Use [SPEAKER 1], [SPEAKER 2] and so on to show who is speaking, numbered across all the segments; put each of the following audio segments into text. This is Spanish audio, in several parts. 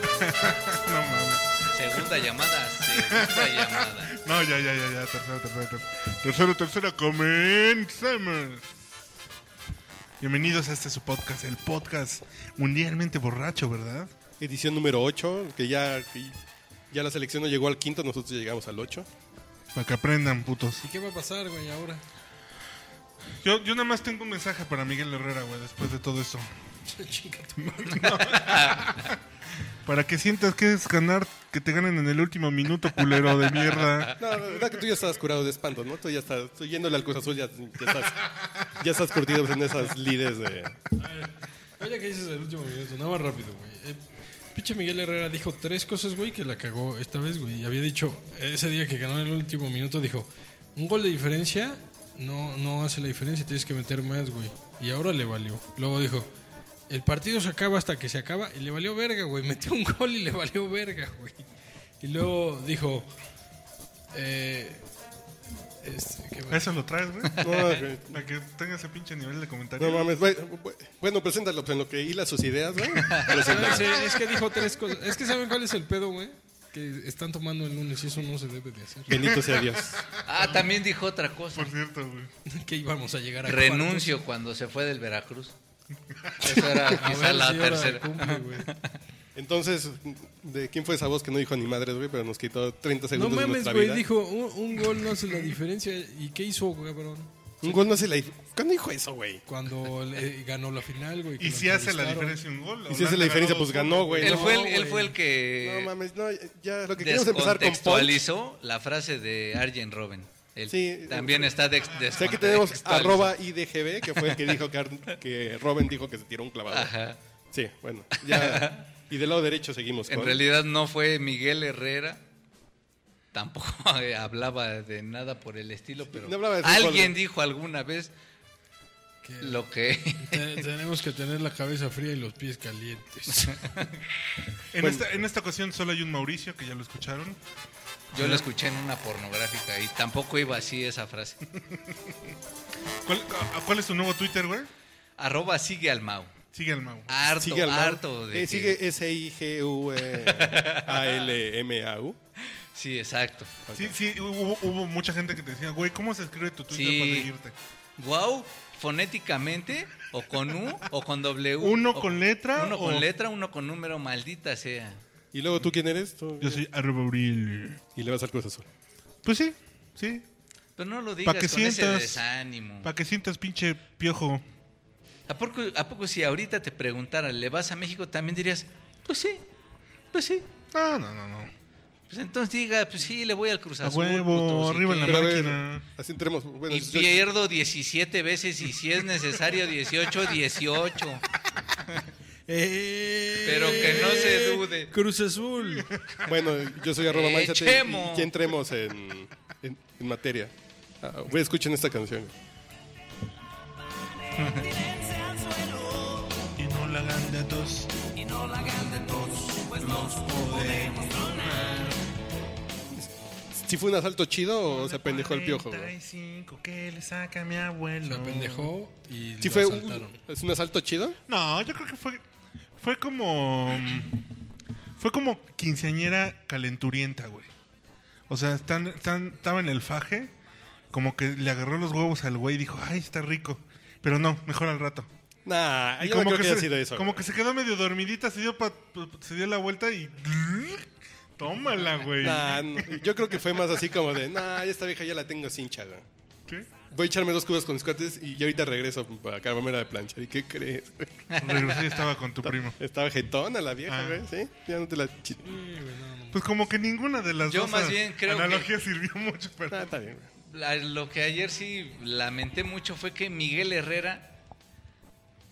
[SPEAKER 1] no mames.
[SPEAKER 2] Segunda llamada, segunda llamada.
[SPEAKER 1] No, ya, ya, ya, ya. Tercero, tercero, tercero. Tercero, tercero. Comencemos. Bienvenidos a este su podcast, el podcast mundialmente borracho, ¿verdad?
[SPEAKER 3] Edición número 8, que ya, que ya la selección no llegó al quinto, nosotros llegamos al 8.
[SPEAKER 1] Para que aprendan, putos.
[SPEAKER 4] ¿Y qué va a pasar, güey, ahora?
[SPEAKER 1] Yo, yo nada más tengo un mensaje para Miguel Herrera, güey, después de todo eso.
[SPEAKER 4] Chinga tu madre.
[SPEAKER 1] Para que sientas que es ganar, que te ganen en el último minuto, culero de mierda.
[SPEAKER 3] No, la verdad que tú ya estás curado de espanto, ¿no? Tú ya estás, tú yéndole al Cruz Azul, ya, ya estás, ya estás curtido en esas lides de...
[SPEAKER 4] Oye, ¿qué dices del último minuto? Nada más rápido, güey. Eh, pinche Miguel Herrera dijo tres cosas, güey, que la cagó esta vez, güey. Y había dicho, ese día que ganó en el último minuto, dijo, un gol de diferencia no, no hace la diferencia, tienes que meter más, güey. Y ahora le valió. Luego dijo, el partido se acaba hasta que se acaba y le valió verga, güey. Metió un gol y le valió verga, güey. Y luego dijo, eh, este, ¿qué más?
[SPEAKER 1] Eso lo traes, güey.
[SPEAKER 3] No, güey.
[SPEAKER 1] Para que tenga ese pinche nivel de comentario.
[SPEAKER 3] No mames, güey, güey. bueno, preséntalo pues, en lo que hilas sus ideas, güey.
[SPEAKER 4] Ah,
[SPEAKER 2] Pues
[SPEAKER 3] Preséntalo.
[SPEAKER 4] sí, es que dijo tres cosas. Es que saben cuál es el pedo, güey. Que están tomando el lunes y eso no se debe de hacer.
[SPEAKER 3] Bendito sea Dios.
[SPEAKER 2] Ah, también dijo otra cosa.
[SPEAKER 1] Por cierto, güey.
[SPEAKER 4] Que íbamos a llegar a
[SPEAKER 2] Renuncio cuando se fue del Veracruz. Esa era
[SPEAKER 4] cuartos. A
[SPEAKER 2] quizá
[SPEAKER 4] ver
[SPEAKER 2] la
[SPEAKER 4] si ahora
[SPEAKER 2] tercera.
[SPEAKER 4] cumple, güey.
[SPEAKER 3] Entonces, ¿de quién fue esa voz que no dijo ni madres, güey? Pero nos quitó 30
[SPEAKER 4] No
[SPEAKER 3] segundos de
[SPEAKER 4] mames,
[SPEAKER 3] nuestra
[SPEAKER 4] güey.
[SPEAKER 3] vida.
[SPEAKER 4] Dijo un, un gol no hace la diferencia. ¿Y qué hizo, cabrón?
[SPEAKER 3] Un gol no se la... ¿Cuándo dijo eso, güey?
[SPEAKER 4] Cuando le- ganó la final, güey. que
[SPEAKER 1] Y
[SPEAKER 4] lo
[SPEAKER 1] si hace la
[SPEAKER 4] entrevistaron.
[SPEAKER 1] diferencia un gol.
[SPEAKER 3] Y si hace la diferencia, pues ganó, güey.
[SPEAKER 2] Él
[SPEAKER 3] No,
[SPEAKER 2] fue el,
[SPEAKER 4] güey.
[SPEAKER 2] él fue el
[SPEAKER 4] Eh,
[SPEAKER 3] No
[SPEAKER 2] que
[SPEAKER 3] mames, no, ya lo que queremos empezar con Paul.
[SPEAKER 2] descontextualizó la frase de Arjen Robben. Él
[SPEAKER 3] Sí,
[SPEAKER 2] también
[SPEAKER 3] eh,
[SPEAKER 2] está de
[SPEAKER 3] Sé que tenemos arroba IDGB, que fue el que dijo que, Ar- que Robin dijo que se tiró un clavado.
[SPEAKER 2] Ajá.
[SPEAKER 3] Sí, bueno, ya. Y del lado derecho seguimos
[SPEAKER 2] En
[SPEAKER 3] con-
[SPEAKER 2] realidad no fue Miguel Herrera. Tampoco eh, hablaba de nada por el estilo, pero
[SPEAKER 3] no hablaba de fútbol, eh.
[SPEAKER 2] alguien
[SPEAKER 3] ¿no?
[SPEAKER 2] dijo alguna vez
[SPEAKER 4] Que
[SPEAKER 2] lo que
[SPEAKER 4] te- tenemos que tener la cabeza fría y los pies calientes.
[SPEAKER 1] En,
[SPEAKER 3] Bueno.
[SPEAKER 1] esta, en esta ocasión solo hay un Mauricio, que ya lo escucharon.
[SPEAKER 2] yo lo escuché en una pornográfica y tampoco iba así esa frase.
[SPEAKER 1] ¿Cuál, a- a- cuál es tu nuevo Twitter, güey?
[SPEAKER 2] Arroba sigue al Mau.
[SPEAKER 1] Sigue al Mau.
[SPEAKER 2] Harto,
[SPEAKER 3] Sigue al lado.
[SPEAKER 2] harto de
[SPEAKER 3] Eh,
[SPEAKER 2] que-
[SPEAKER 3] sigue E S-I-G-U-A-L-M-A-U.
[SPEAKER 2] Sí, exacto.
[SPEAKER 1] Sí, sí, hubo, hubo mucha gente que te decía, güey, ¿cómo se escribe tu Twitter
[SPEAKER 2] Sí.
[SPEAKER 1] para seguirte?
[SPEAKER 2] Wow, fonéticamente o con U o con W.
[SPEAKER 1] ¿Uno
[SPEAKER 2] O-
[SPEAKER 1] con letra
[SPEAKER 2] Uno
[SPEAKER 1] o-
[SPEAKER 2] con letra, uno con número, maldita sea.
[SPEAKER 3] Y luego, ¿tú quién eres? Tú-
[SPEAKER 1] Yo soy arroba Uriel.
[SPEAKER 3] Y le vas al Cruz Azul.
[SPEAKER 1] Pues sí, sí.
[SPEAKER 2] Pero no lo digas
[SPEAKER 1] que
[SPEAKER 2] con ese
[SPEAKER 1] sientas.
[SPEAKER 3] Mm.
[SPEAKER 2] desánimo.
[SPEAKER 1] Para que sientas pinche piojo.
[SPEAKER 2] ¿A poco, ¿A poco si ahorita te preguntaran, ¿le vas a México? También dirías, pues sí, pues sí.
[SPEAKER 1] No, no, no, no.
[SPEAKER 2] Pues entonces diga, pues sí, le voy al Cruz
[SPEAKER 1] A
[SPEAKER 2] Azul.
[SPEAKER 1] huevo,
[SPEAKER 2] puto, sí
[SPEAKER 1] arriba
[SPEAKER 2] que-
[SPEAKER 1] La
[SPEAKER 3] Pero a ver,
[SPEAKER 1] máquina.
[SPEAKER 3] así entremos. Bueno,
[SPEAKER 2] Y
[SPEAKER 3] yo-
[SPEAKER 2] pierdo 17 veces y si es necesario 18, 18.
[SPEAKER 4] Pero
[SPEAKER 2] que no se dude.
[SPEAKER 4] Eh, Cruz Azul.
[SPEAKER 3] bueno, yo soy arroba Maizate,
[SPEAKER 2] Echemos.
[SPEAKER 3] y Ya entremos en, en- en materia. Ah, güey, escuchen esta canción.
[SPEAKER 1] Y no la hagan de dos.
[SPEAKER 3] ¿Sí fue un asalto chido o se pendejó el piojo? güey?
[SPEAKER 1] 35 que le saca mi abuelo.
[SPEAKER 4] La pendejó y
[SPEAKER 3] ¿Sí
[SPEAKER 4] lo
[SPEAKER 3] fue
[SPEAKER 4] asaltaron.
[SPEAKER 3] un, es un asalto chido?
[SPEAKER 1] No, yo creo que fue. Fue como. mm, Fue como quinceañera calenturienta, güey. O sea, están, están, estaba en el faje. Como que le agarró los huevos al güey y dijo, ay, está rico. Pero no, mejor al rato.
[SPEAKER 3] Nah,
[SPEAKER 1] Y
[SPEAKER 3] yo no creo que, haya
[SPEAKER 1] se,
[SPEAKER 3] sido eso.
[SPEAKER 1] como
[SPEAKER 3] güey.
[SPEAKER 1] que se quedó medio dormidita, se dio, pa- pa- se dio la vuelta y. Tómala, güey.
[SPEAKER 2] Ah.
[SPEAKER 3] Nah, no, yo creo que fue más así como de, nah, esta vieja ya la tengo cincha, güey.
[SPEAKER 1] ¿Qué?
[SPEAKER 3] Voy a echarme dos cubas con mis cuates y yo ahorita regreso para acabármela de planchar. ¿Y qué crees? güey?
[SPEAKER 1] Regresé y estaba con tu primo.
[SPEAKER 3] Estaba jetona la vieja,
[SPEAKER 1] Ah.
[SPEAKER 3] güey, ¿sí? Ya no te la... chi-
[SPEAKER 1] Pues como que ninguna de las
[SPEAKER 2] Yo
[SPEAKER 1] dos
[SPEAKER 2] más
[SPEAKER 1] a-
[SPEAKER 2] bien creo que-
[SPEAKER 1] analogías sirvió mucho, pero.
[SPEAKER 3] Ah, está bien, güey.
[SPEAKER 2] La- lo que ayer sí lamenté mucho fue que Miguel Herrera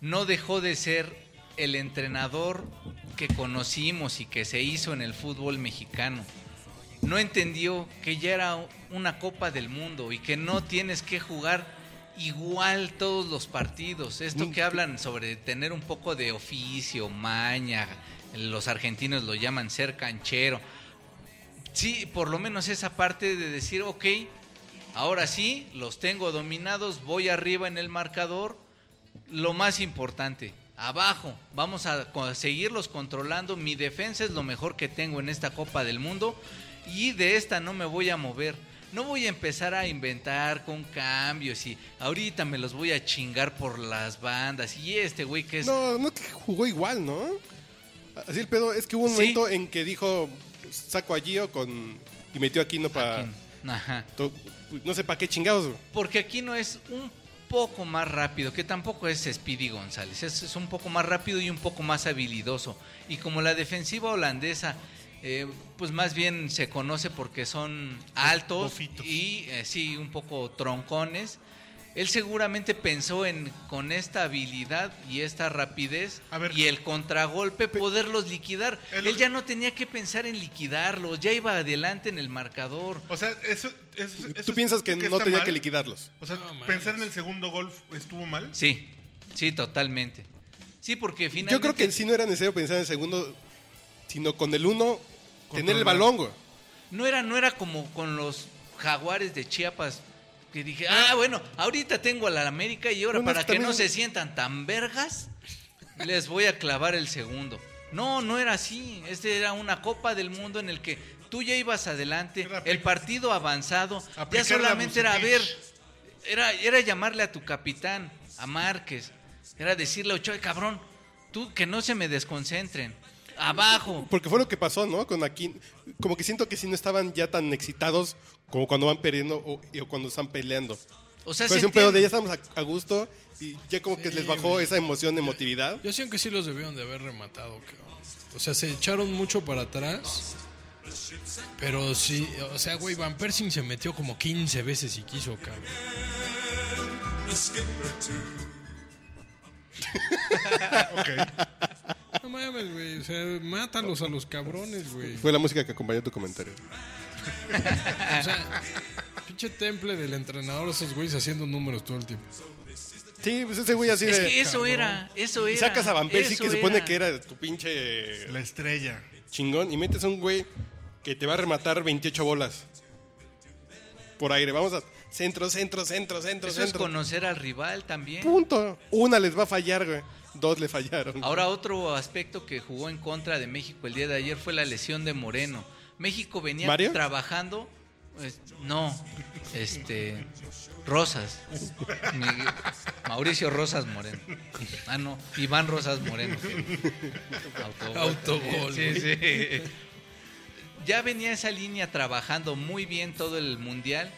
[SPEAKER 2] no dejó de ser el entrenador que conocimos y que se hizo en el fútbol mexicano. No entendió que ya era una Copa del Mundo y que no tienes que jugar igual todos los partidos. Esto que hablan sobre tener un poco de oficio, maña, los argentinos lo llaman ser canchero. Sí, por lo menos esa parte de decir, ok, ahora sí, los tengo dominados, voy arriba en el marcador. Lo más importante, abajo. Vamos a co- seguirlos controlando. Mi defensa es lo mejor que tengo en esta Copa del Mundo y de esta no me voy a mover. No voy a empezar a inventar con cambios y ahorita me los voy a chingar por las bandas. Y este güey que es...
[SPEAKER 3] No, no que jugó igual, ¿no? Así el pedo es que hubo un
[SPEAKER 2] Sí.
[SPEAKER 3] momento en que dijo saco a Gio con y metió a Aquino para
[SPEAKER 2] Ajá.
[SPEAKER 3] to- no sé para qué chingados. güey.
[SPEAKER 2] Porque aquí no es un poco más rápido, que tampoco es Speedy González, es, es un poco más rápido y un poco más habilidoso. Y como la defensiva holandesa, eh, pues más bien se conoce porque son altos
[SPEAKER 1] bofitos.
[SPEAKER 2] y eh, sí, un poco troncones. Él seguramente pensó en con esta habilidad y esta rapidez
[SPEAKER 1] A ver.
[SPEAKER 2] y el contragolpe poderlos liquidar.
[SPEAKER 1] Es lo
[SPEAKER 2] Él
[SPEAKER 1] que-
[SPEAKER 2] ya no tenía que pensar en liquidarlos, ya iba adelante en el marcador.
[SPEAKER 1] O sea, eso. eso- eso
[SPEAKER 3] Tú piensas que no
[SPEAKER 1] está
[SPEAKER 3] tenía
[SPEAKER 1] mal?
[SPEAKER 3] que liquidarlos.
[SPEAKER 1] O sea,
[SPEAKER 4] No mames.
[SPEAKER 1] pensar en el segundo gol estuvo mal.
[SPEAKER 2] Sí, sí, totalmente. Sí, porque finalmente.
[SPEAKER 3] Yo creo que sí no era necesario pensar en el segundo, sino con el uno tener el
[SPEAKER 1] Controlar.
[SPEAKER 3] balón, güey.
[SPEAKER 2] No era, no era como con los jaguares de Chiapas. Que dije, ah, bueno, ahorita tengo a la América y ahora
[SPEAKER 3] Bueno,
[SPEAKER 2] para
[SPEAKER 3] es que
[SPEAKER 2] que no
[SPEAKER 3] también-
[SPEAKER 2] se sientan tan vergas, les voy a clavar el segundo. No, no era así. Este era una Copa del Mundo en el que tú ya ibas adelante,
[SPEAKER 1] Era aplic-
[SPEAKER 2] el partido avanzado, ya
[SPEAKER 1] aplicar la
[SPEAKER 2] solamente era
[SPEAKER 1] Bucetich.
[SPEAKER 2] ver, era, era llamarle a tu capitán, a Márquez, era decirle a Ochoa, cabrón, tú que no se me desconcentren, abajo,
[SPEAKER 3] Porque fue lo que pasó, ¿no? Con Aquino. Como que siento que sí no estaban ya tan excitados como cuando van perdiendo o, y- o cuando están peleando.
[SPEAKER 2] O sea,
[SPEAKER 3] Pero
[SPEAKER 2] se
[SPEAKER 3] Pues es un pedo de
[SPEAKER 2] entiende.
[SPEAKER 3] ya estamos a, a gusto y ya como que
[SPEAKER 4] Sí,
[SPEAKER 3] les bajó
[SPEAKER 4] güey.
[SPEAKER 3] esa emoción, emotividad.
[SPEAKER 4] Yo siento que sí los debieron de haber rematado, cabrón. O sea, se echaron mucho para atrás. Pero sí, o sea, güey, Van Persing se metió como 15 veces y quiso, cabrón.
[SPEAKER 1] Ok.
[SPEAKER 4] No mames, güey. O sea, mátalos a los cabrones, güey.
[SPEAKER 3] Fue la música que acompañó tu comentario.
[SPEAKER 4] O sea, pinche temple del entrenador, esos güeyes haciendo números todo el tiempo.
[SPEAKER 3] Sí, pues ese güey así
[SPEAKER 2] Es
[SPEAKER 3] de.
[SPEAKER 2] que eso era, eso
[SPEAKER 3] y
[SPEAKER 2] era.
[SPEAKER 3] sacas a Van Persie
[SPEAKER 2] eso
[SPEAKER 3] que supone
[SPEAKER 2] era.
[SPEAKER 3] que era tu pinche
[SPEAKER 1] La estrella.
[SPEAKER 3] chingón y metes a un güey que te va a rematar 28 bolas por aire. Vamos a centro, centro, centro, centro,
[SPEAKER 2] Eso es
[SPEAKER 3] centro.
[SPEAKER 2] conocer al rival también.
[SPEAKER 3] Punto. Una les va a fallar, güey. Dos le fallaron.
[SPEAKER 2] Ahora otro aspecto que jugó en contra de México el día de ayer fue la lesión de Moreno. México venía
[SPEAKER 3] ¿Mario?
[SPEAKER 2] trabajando, pues, no, este, Rosas, Miguel- Mauricio Rosas Moreno. Ah no, Iván Rosas Moreno. que- Autogol.
[SPEAKER 4] Autogol,
[SPEAKER 2] Sí, sí. Ya venía esa línea trabajando muy bien todo el mundial.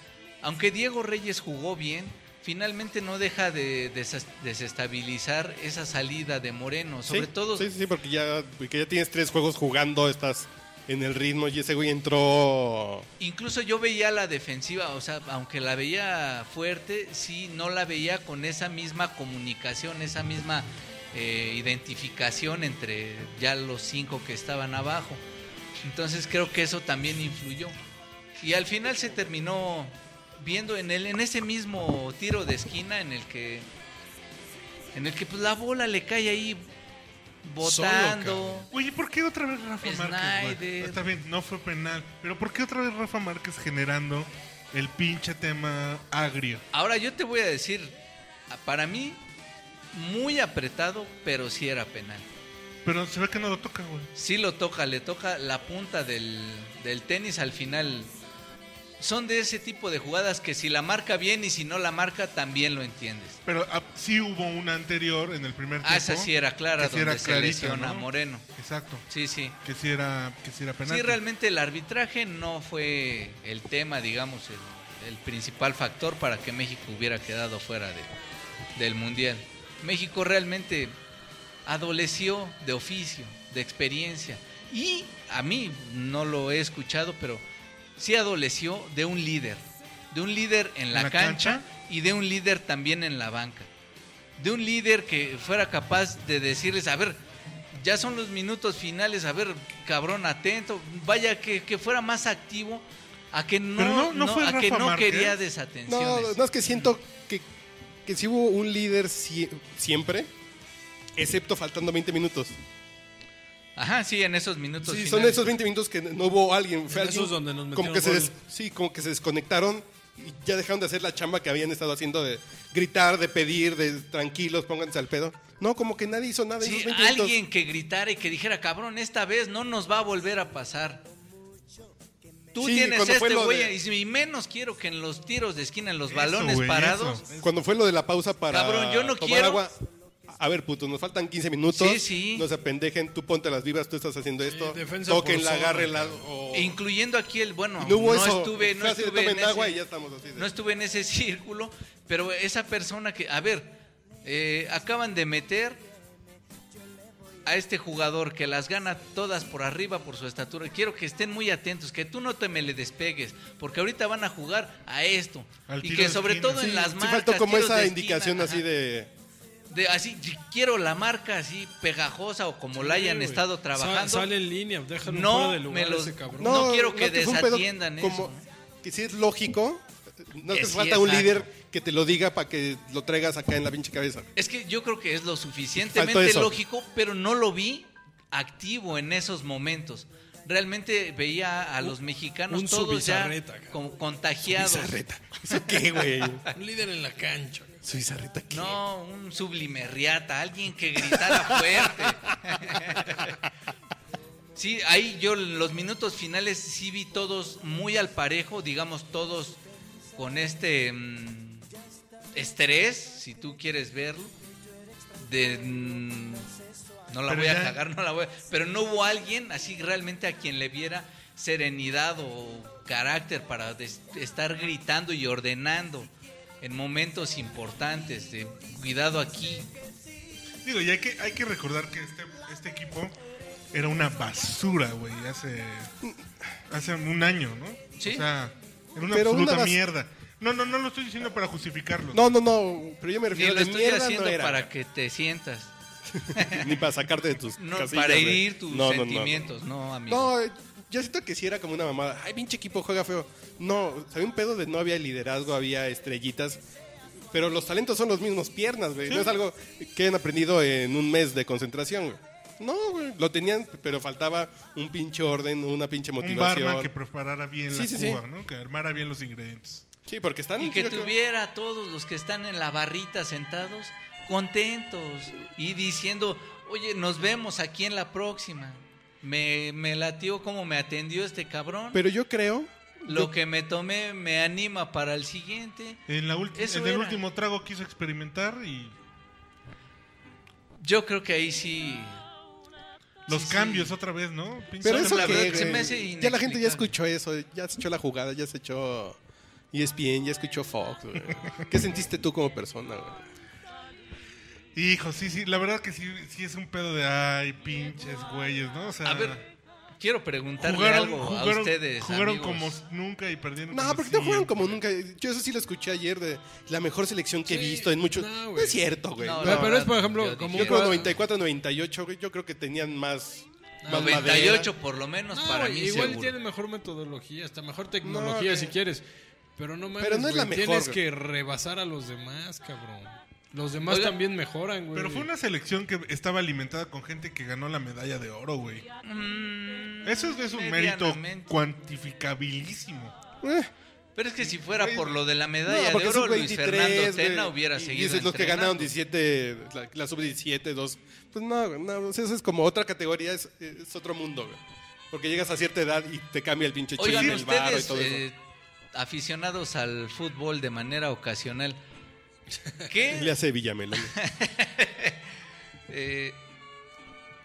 [SPEAKER 2] Aunque Diego Reyes jugó bien, finalmente no deja de desas- desestabilizar esa salida de Moreno. Sobre
[SPEAKER 3] Sí,
[SPEAKER 2] todo,
[SPEAKER 3] Sí, sí, sí, porque ya, porque ya tienes tres juegos jugando, estás en el ritmo y ese güey entró.
[SPEAKER 2] incluso yo veía la defensiva, o sea, aunque la veía fuerte, sí, no la veía con esa misma comunicación, esa misma eh, identificación entre ya los cinco que estaban abajo. Entonces creo que eso también influyó. Y al final se terminó viendo en el, en ese mismo tiro de esquina en el que en el que pues la bola le cae ahí botando.
[SPEAKER 1] Oye, ¿por qué otra vez Rafa Márquez? güey?
[SPEAKER 2] Snyder.
[SPEAKER 1] Está bien, no fue penal. Pero ¿por qué otra vez Rafa Márquez generando el pinche tema agrio?
[SPEAKER 2] Ahora yo te voy a decir, a- para mí muy apretado, pero sí era penal.
[SPEAKER 1] Pero se ve que no lo toca, güey.
[SPEAKER 2] Sí lo toca, le toca la punta del, del tenis al final. Son de ese tipo de jugadas que si la marca bien y si no la marca también lo entiendes.
[SPEAKER 1] Pero ah, sí hubo una anterior en el primer tiempo.
[SPEAKER 2] Ah, esa sí era clara,
[SPEAKER 1] que sí era
[SPEAKER 2] donde se
[SPEAKER 1] clarita,
[SPEAKER 2] lesiona a
[SPEAKER 1] ¿no?
[SPEAKER 2] Moreno.
[SPEAKER 1] Exacto.
[SPEAKER 2] Sí, sí.
[SPEAKER 1] Que sí era, que sí era penal.
[SPEAKER 2] Sí, realmente el arbitraje no fue el tema, digamos, el, el principal factor para que México hubiera quedado fuera de- del Mundial. México realmente adoleció de oficio, de experiencia. Y a mí, no lo he escuchado, pero sí adoleció de un líder. De un líder en la,
[SPEAKER 1] ¿En la
[SPEAKER 2] cancha,
[SPEAKER 1] cancha?
[SPEAKER 2] y de un líder también en la banca. De un líder que fuera capaz de decirles, a ver, ya son los minutos finales, a ver, cabrón, atento. Vaya, que, que fuera más activo a que no,
[SPEAKER 1] Pero no- no fue
[SPEAKER 2] a que
[SPEAKER 1] Rafa
[SPEAKER 2] no
[SPEAKER 1] Márquez.
[SPEAKER 2] quería
[SPEAKER 3] No,
[SPEAKER 2] desatenciones.
[SPEAKER 3] no es que siento que, que sí hubo un líder sie- siempre, excepto faltando 20 minutos.
[SPEAKER 2] Ajá, sí, en esos minutos
[SPEAKER 3] Sí, son
[SPEAKER 2] finales.
[SPEAKER 3] esos 20 minutos que no hubo alguien. Fue
[SPEAKER 4] En
[SPEAKER 3] alguien
[SPEAKER 4] esos donde nos
[SPEAKER 3] como
[SPEAKER 4] metieron
[SPEAKER 3] que se
[SPEAKER 4] gol.
[SPEAKER 3] des- Sí, como que se desconectaron y ya dejaron de hacer la chamba que habían estado haciendo de gritar, de pedir, de tranquilos, pónganse al pedo. No, como que nadie hizo nada.
[SPEAKER 2] Sí,
[SPEAKER 3] esos 20 minutos.
[SPEAKER 2] alguien que gritara y que dijera, cabrón, esta vez no nos va a volver a pasar. Tú
[SPEAKER 3] Sí,
[SPEAKER 2] tienes
[SPEAKER 3] cuando fue
[SPEAKER 2] este
[SPEAKER 3] lo
[SPEAKER 2] güey
[SPEAKER 3] de-
[SPEAKER 2] y si- y menos quiero que en los tiros de esquina, en los
[SPEAKER 1] Eso,
[SPEAKER 2] balones
[SPEAKER 1] güey,
[SPEAKER 2] parados.
[SPEAKER 1] eso.
[SPEAKER 3] Cuando fue lo de la pausa para
[SPEAKER 2] Cabrón, yo no
[SPEAKER 3] tomar
[SPEAKER 2] quiero.
[SPEAKER 3] agua. A ver, puto, nos faltan 15 minutos.
[SPEAKER 2] Sí, sí.
[SPEAKER 3] No se apendejen, tú ponte las vibras, tú estás haciendo esto.
[SPEAKER 4] defensa por
[SPEAKER 3] Tóquenla,
[SPEAKER 4] zona,
[SPEAKER 3] agárrenla.
[SPEAKER 4] cabrón.
[SPEAKER 3] o-
[SPEAKER 2] Incluyendo aquí el, bueno,
[SPEAKER 3] No hubo
[SPEAKER 2] no
[SPEAKER 3] eso.
[SPEAKER 2] estuve, no
[SPEAKER 3] Fue así de,
[SPEAKER 2] estuve en
[SPEAKER 3] tomen agua
[SPEAKER 2] ese-
[SPEAKER 3] y ya estamos así. de-
[SPEAKER 2] No estuve en ese círculo, pero esa persona que, a ver, eh, acaban de meter a este jugador que las gana todas por arriba por su estatura. Quiero que estén muy atentos, que tú no te me le despegues, porque ahorita van a jugar a esto
[SPEAKER 1] Al
[SPEAKER 2] y
[SPEAKER 1] tiro
[SPEAKER 2] que
[SPEAKER 1] de
[SPEAKER 2] sobre
[SPEAKER 1] esquina.
[SPEAKER 2] todo en
[SPEAKER 3] Sí,
[SPEAKER 2] las
[SPEAKER 3] sí
[SPEAKER 2] marcas.
[SPEAKER 3] faltó como
[SPEAKER 2] tiros
[SPEAKER 3] esa
[SPEAKER 2] de
[SPEAKER 3] indicación
[SPEAKER 2] esquina,
[SPEAKER 3] así
[SPEAKER 2] ajá.
[SPEAKER 3] de...
[SPEAKER 2] De- así, y quiero la marca así pegajosa o como la hayan
[SPEAKER 4] Sí, güey.
[SPEAKER 2] estado
[SPEAKER 4] Sa-
[SPEAKER 2] trabajando.
[SPEAKER 4] sale en línea, déjalo
[SPEAKER 2] No
[SPEAKER 4] fuera de lugar
[SPEAKER 2] me los-
[SPEAKER 4] ese cabrón.
[SPEAKER 2] No quiero que
[SPEAKER 3] fue un pedo
[SPEAKER 2] desatiendan
[SPEAKER 3] como,
[SPEAKER 2] eso.
[SPEAKER 3] Que si es lógico, no te
[SPEAKER 2] Que sí,
[SPEAKER 3] falta un
[SPEAKER 2] exacto.
[SPEAKER 3] líder que te lo diga para que lo traigas acá en la pinche cabeza.
[SPEAKER 2] Es que yo creo que es lo
[SPEAKER 3] Faltó
[SPEAKER 2] suficientemente
[SPEAKER 3] eso.
[SPEAKER 2] lógico, pero no lo vi activo en esos momentos. Realmente veía a los mexicanos
[SPEAKER 4] un
[SPEAKER 2] todos ya
[SPEAKER 4] subizarreta, cabrón.
[SPEAKER 2] como contagiados.
[SPEAKER 3] Bizarreta. ¿Eso qué, güey?
[SPEAKER 4] Un líder en la cancha.
[SPEAKER 3] Su bizarreta, ¿qué?
[SPEAKER 2] No, un sublimerriata, alguien que gritara fuerte. sí, ahí yo en los minutos finales sí vi todos muy al parejo, digamos todos con este mm, estrés, si tú quieres verlo. De, mm, no la
[SPEAKER 1] Pero
[SPEAKER 2] voy a
[SPEAKER 1] ya-
[SPEAKER 2] cagar, no la voy a- Pero no hubo alguien así realmente a quien le viera serenidad o carácter para des- estar gritando y ordenando en momentos importantes de cuidado aquí.
[SPEAKER 1] Digo, y hay que, hay que recordar que este, este equipo era una basura, güey, hace, hace un año, ¿no?
[SPEAKER 2] Sí.
[SPEAKER 1] O sea, era una
[SPEAKER 3] Pero una
[SPEAKER 1] absoluta
[SPEAKER 3] bas-
[SPEAKER 1] mierda. No, no, no lo estoy diciendo para justificarlo.
[SPEAKER 3] No, no, no, pero yo me
[SPEAKER 2] Y
[SPEAKER 3] refiero
[SPEAKER 2] lo
[SPEAKER 3] de
[SPEAKER 2] estoy
[SPEAKER 3] mierda
[SPEAKER 2] haciendo
[SPEAKER 3] no era.
[SPEAKER 2] para que te sientas,
[SPEAKER 3] Ni para sacarte de tus
[SPEAKER 2] no,
[SPEAKER 3] casillas,
[SPEAKER 2] para
[SPEAKER 3] güey.
[SPEAKER 2] herir tus
[SPEAKER 3] No, no, no.
[SPEAKER 2] sentimientos, no, amigo.
[SPEAKER 3] No, yo siento que sí era como una mamada. Ay, pinche equipo juega feo. No, había un pedo de no había liderazgo, había estrellitas. Pero los talentos son los mismos piernas, güey. No es algo que hayan aprendido en un mes de concentración, güey. No, güey. Lo tenían, pero faltaba un pinche orden, una pinche
[SPEAKER 1] un
[SPEAKER 3] motivación.
[SPEAKER 1] barman que preparara bien
[SPEAKER 3] Sí,
[SPEAKER 1] la
[SPEAKER 3] sí, sí.
[SPEAKER 1] cuba, ¿no? Que armara bien los ingredientes.
[SPEAKER 3] Sí, porque están.
[SPEAKER 2] Y que
[SPEAKER 3] creo que-
[SPEAKER 2] tuviera a todos los que están en la barrita sentados contentos y diciendo, oye, nos vemos aquí en la próxima. Me, me latió como me atendió este cabrón.
[SPEAKER 3] Pero yo creo.
[SPEAKER 2] Lo
[SPEAKER 3] yo-
[SPEAKER 2] que me tomé me anima para el siguiente.
[SPEAKER 1] En, la ulti-
[SPEAKER 2] Eso
[SPEAKER 1] en el
[SPEAKER 2] era.
[SPEAKER 1] último trago quiso experimentar y
[SPEAKER 2] Yo creo que ahí sí.
[SPEAKER 1] los
[SPEAKER 2] Sí, sí.
[SPEAKER 1] cambios otra vez, ¿no? Pinche
[SPEAKER 3] Pero
[SPEAKER 2] Sí,
[SPEAKER 3] eso
[SPEAKER 2] la
[SPEAKER 3] qué,
[SPEAKER 2] verdad que se
[SPEAKER 3] güey?
[SPEAKER 2] me hace
[SPEAKER 3] Ya la gente
[SPEAKER 2] inexplicable.
[SPEAKER 3] ya escuchó eso, ya se echó la jugada, ya se echó E ESPN, ya escuchó Fox. güey. ¿Qué sentiste tú como persona, güey?
[SPEAKER 1] Hijo, sí, sí, la verdad que sí, sí es un pedo de ay, pinches güeyes, ¿no? O sea,
[SPEAKER 2] A ver, quiero preguntarle algo a
[SPEAKER 1] jugaron-
[SPEAKER 2] ustedes.
[SPEAKER 1] jugaron
[SPEAKER 2] amigos.
[SPEAKER 1] como nunca y perdieron
[SPEAKER 3] No,
[SPEAKER 1] como
[SPEAKER 3] porque no jugaron
[SPEAKER 1] siempre.
[SPEAKER 3] como nunca. Yo eso sí lo escuché ayer de la mejor selección que he
[SPEAKER 4] Sí,
[SPEAKER 3] visto en muchos.
[SPEAKER 4] no,
[SPEAKER 3] No,
[SPEAKER 4] güey.
[SPEAKER 3] es cierto, güey.
[SPEAKER 2] No,
[SPEAKER 4] Pero-
[SPEAKER 2] la
[SPEAKER 4] pero es, por
[SPEAKER 2] verdad,
[SPEAKER 4] ejemplo,
[SPEAKER 2] yo
[SPEAKER 4] como
[SPEAKER 3] yo
[SPEAKER 2] dije,
[SPEAKER 3] creo
[SPEAKER 4] no.
[SPEAKER 3] 94, 98, güey, yo creo que tenían más. más
[SPEAKER 2] 98
[SPEAKER 3] madera.
[SPEAKER 2] por lo menos
[SPEAKER 4] No,
[SPEAKER 2] para
[SPEAKER 4] güey,
[SPEAKER 2] mí.
[SPEAKER 4] igual
[SPEAKER 2] seguro.
[SPEAKER 4] tiene mejor metodología, hasta mejor tecnología
[SPEAKER 3] güey.
[SPEAKER 4] si quieres. Pero no mames,
[SPEAKER 3] Pero no es la
[SPEAKER 4] güey,
[SPEAKER 3] mejor,
[SPEAKER 4] Tienes
[SPEAKER 3] güey.
[SPEAKER 4] que rebasar a los demás, cabrón. Los demás
[SPEAKER 2] Oiga,
[SPEAKER 4] también mejoran, güey.
[SPEAKER 1] Pero fue una selección que estaba alimentada con gente que ganó la medalla de oro, güey.
[SPEAKER 2] Mm,
[SPEAKER 1] Eso es, es un mérito
[SPEAKER 2] medianamente.
[SPEAKER 1] cuantificabilísimo.
[SPEAKER 3] Eh,
[SPEAKER 2] Pero es que si fuera
[SPEAKER 1] Güey,
[SPEAKER 2] por lo de la
[SPEAKER 3] no,
[SPEAKER 2] medalla de
[SPEAKER 3] porque
[SPEAKER 2] oro,
[SPEAKER 3] son
[SPEAKER 2] Luis
[SPEAKER 3] 23,
[SPEAKER 2] Fernando Tena
[SPEAKER 3] güey.
[SPEAKER 2] hubiera
[SPEAKER 3] Y
[SPEAKER 2] seguido.
[SPEAKER 3] Dices los que
[SPEAKER 2] entrenando.
[SPEAKER 3] ganaron 17, la, la sub-17, 2. Pues no, güey, no, o sea, eso es como otra categoría, es, es otro mundo, güey. Porque llegas a cierta edad y te cambia el pinche chile,
[SPEAKER 2] Oigan,
[SPEAKER 3] el barro y
[SPEAKER 2] ustedes,
[SPEAKER 3] todo eso.
[SPEAKER 2] eh, aficionados al fútbol de manera ocasional, ¿qué
[SPEAKER 3] Le hace Villamelón.
[SPEAKER 2] Eh,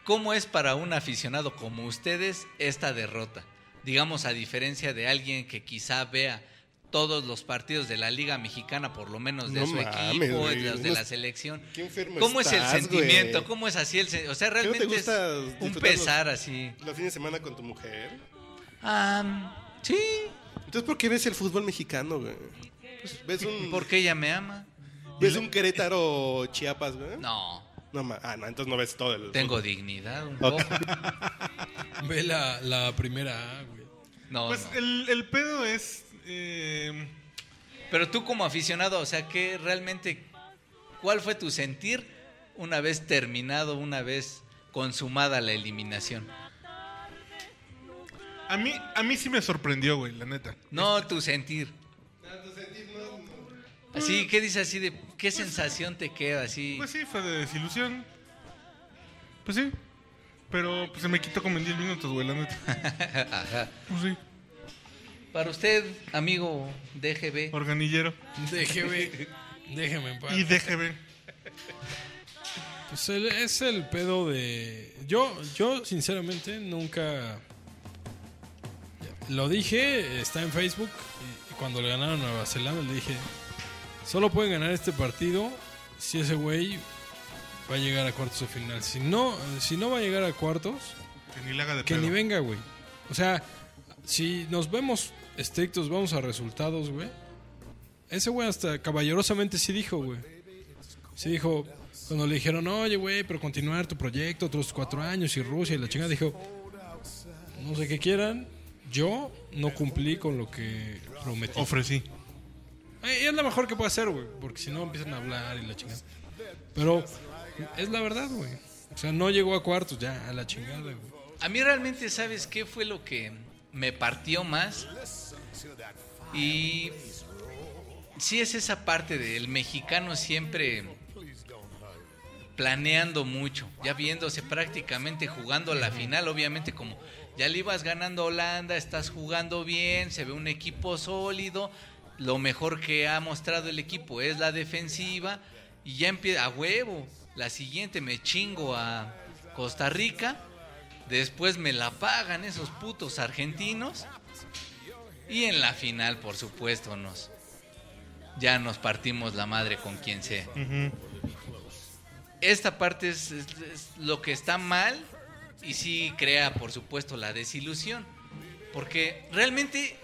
[SPEAKER 2] ¿Cómo es para un aficionado como ustedes esta derrota? Digamos, a diferencia de alguien que quizá vea todos los partidos de la Liga Mexicana, por lo menos de
[SPEAKER 3] No
[SPEAKER 2] su
[SPEAKER 3] mames,
[SPEAKER 2] equipo,
[SPEAKER 3] güey,
[SPEAKER 2] de los de
[SPEAKER 3] no
[SPEAKER 2] la
[SPEAKER 3] es-
[SPEAKER 2] selección.
[SPEAKER 3] Qué enfermo
[SPEAKER 2] ¿Cómo es
[SPEAKER 3] estás,
[SPEAKER 2] el sentimiento?
[SPEAKER 3] güey.
[SPEAKER 2] ¿Cómo es así el sen- O sea,
[SPEAKER 3] no te
[SPEAKER 2] realmente
[SPEAKER 3] gusta
[SPEAKER 2] es un
[SPEAKER 3] disfrutarlo?
[SPEAKER 2] pesar así.
[SPEAKER 3] Los fines de semana con tu mujer.
[SPEAKER 2] Ah, sí,
[SPEAKER 3] Entonces, ¿por qué ves el fútbol mexicano, güey? Pues, ¿Ves un,
[SPEAKER 2] porque ella me ama.
[SPEAKER 3] ves un Querétaro Chiapas, güey?
[SPEAKER 2] No,
[SPEAKER 3] No, ma- ah, no, entonces no ves todo el.
[SPEAKER 2] tengo dignidad un
[SPEAKER 3] Ok.
[SPEAKER 2] poco.
[SPEAKER 4] Ve la, la primera A, güey.
[SPEAKER 2] No,
[SPEAKER 1] Pues
[SPEAKER 2] no.
[SPEAKER 1] el, el pedo es... eh,
[SPEAKER 2] Pero tú como aficionado, o sea, ¿qué realmente, cuál fue tu sentir una vez terminado, una vez consumada la eliminación?
[SPEAKER 1] a, mí, a mí sí me sorprendió, güey, la neta.
[SPEAKER 2] No tu sentir. Así, ¿qué dices así de qué sensación te queda así?
[SPEAKER 1] Pues sí, fue de desilusión. Pues sí. Pero pues, se me quitó como en 10 minutos, güey, la neta. Pues sí,
[SPEAKER 2] Para usted, amigo DGB,
[SPEAKER 1] organillero.
[SPEAKER 4] Déjeme, déjeme en paz.
[SPEAKER 1] Y DGB.
[SPEAKER 4] Pues el- es el pedo de. Yo, yo sinceramente nunca. Lo dije, está en Facebook. Y, y cuando le ganaron a Nueva Zelanda, le dije: Solo pueden ganar este partido si ese güey va a llegar a cuartos de final. Si no, si no va a llegar a cuartos,
[SPEAKER 1] Que ni le haga de
[SPEAKER 4] que
[SPEAKER 1] pedo.
[SPEAKER 4] ni venga, güey. O sea, si nos vemos estrictos, vamos a resultados, güey. Ese güey hasta caballerosamente sí dijo, güey. Sí dijo, cuando le dijeron, oye, güey, pero continuar tu proyecto otros cuatro años y Rusia y la chingada, dijo, no sé qué quieran, yo no cumplí con lo que prometí.
[SPEAKER 1] Ofrecí.
[SPEAKER 4] Eh, y es lo mejor que puede hacer, güey, porque si no empiezan a hablar y la chingada. Pero es la verdad, güey. O sea, no llegó a cuartos, ya, a la chingada, güey.
[SPEAKER 2] a mí realmente, ¿sabes qué fue lo que me partió más? Y sí es esa parte del mexicano siempre planeando mucho, ya viéndose prácticamente jugando la final, obviamente como ya le ibas ganando a Holanda, estás jugando bien, se ve un equipo sólido, lo mejor que ha mostrado el equipo es la defensiva y ya empieza a huevo, la siguiente me chingo a Costa Rica, después me la pagan esos putos argentinos y en la final por supuesto nos ya nos partimos la madre con quien sea
[SPEAKER 1] Ujú.
[SPEAKER 2] esta parte es, es- es lo que está mal y sí crea, por supuesto, la desilusión. Porque realmente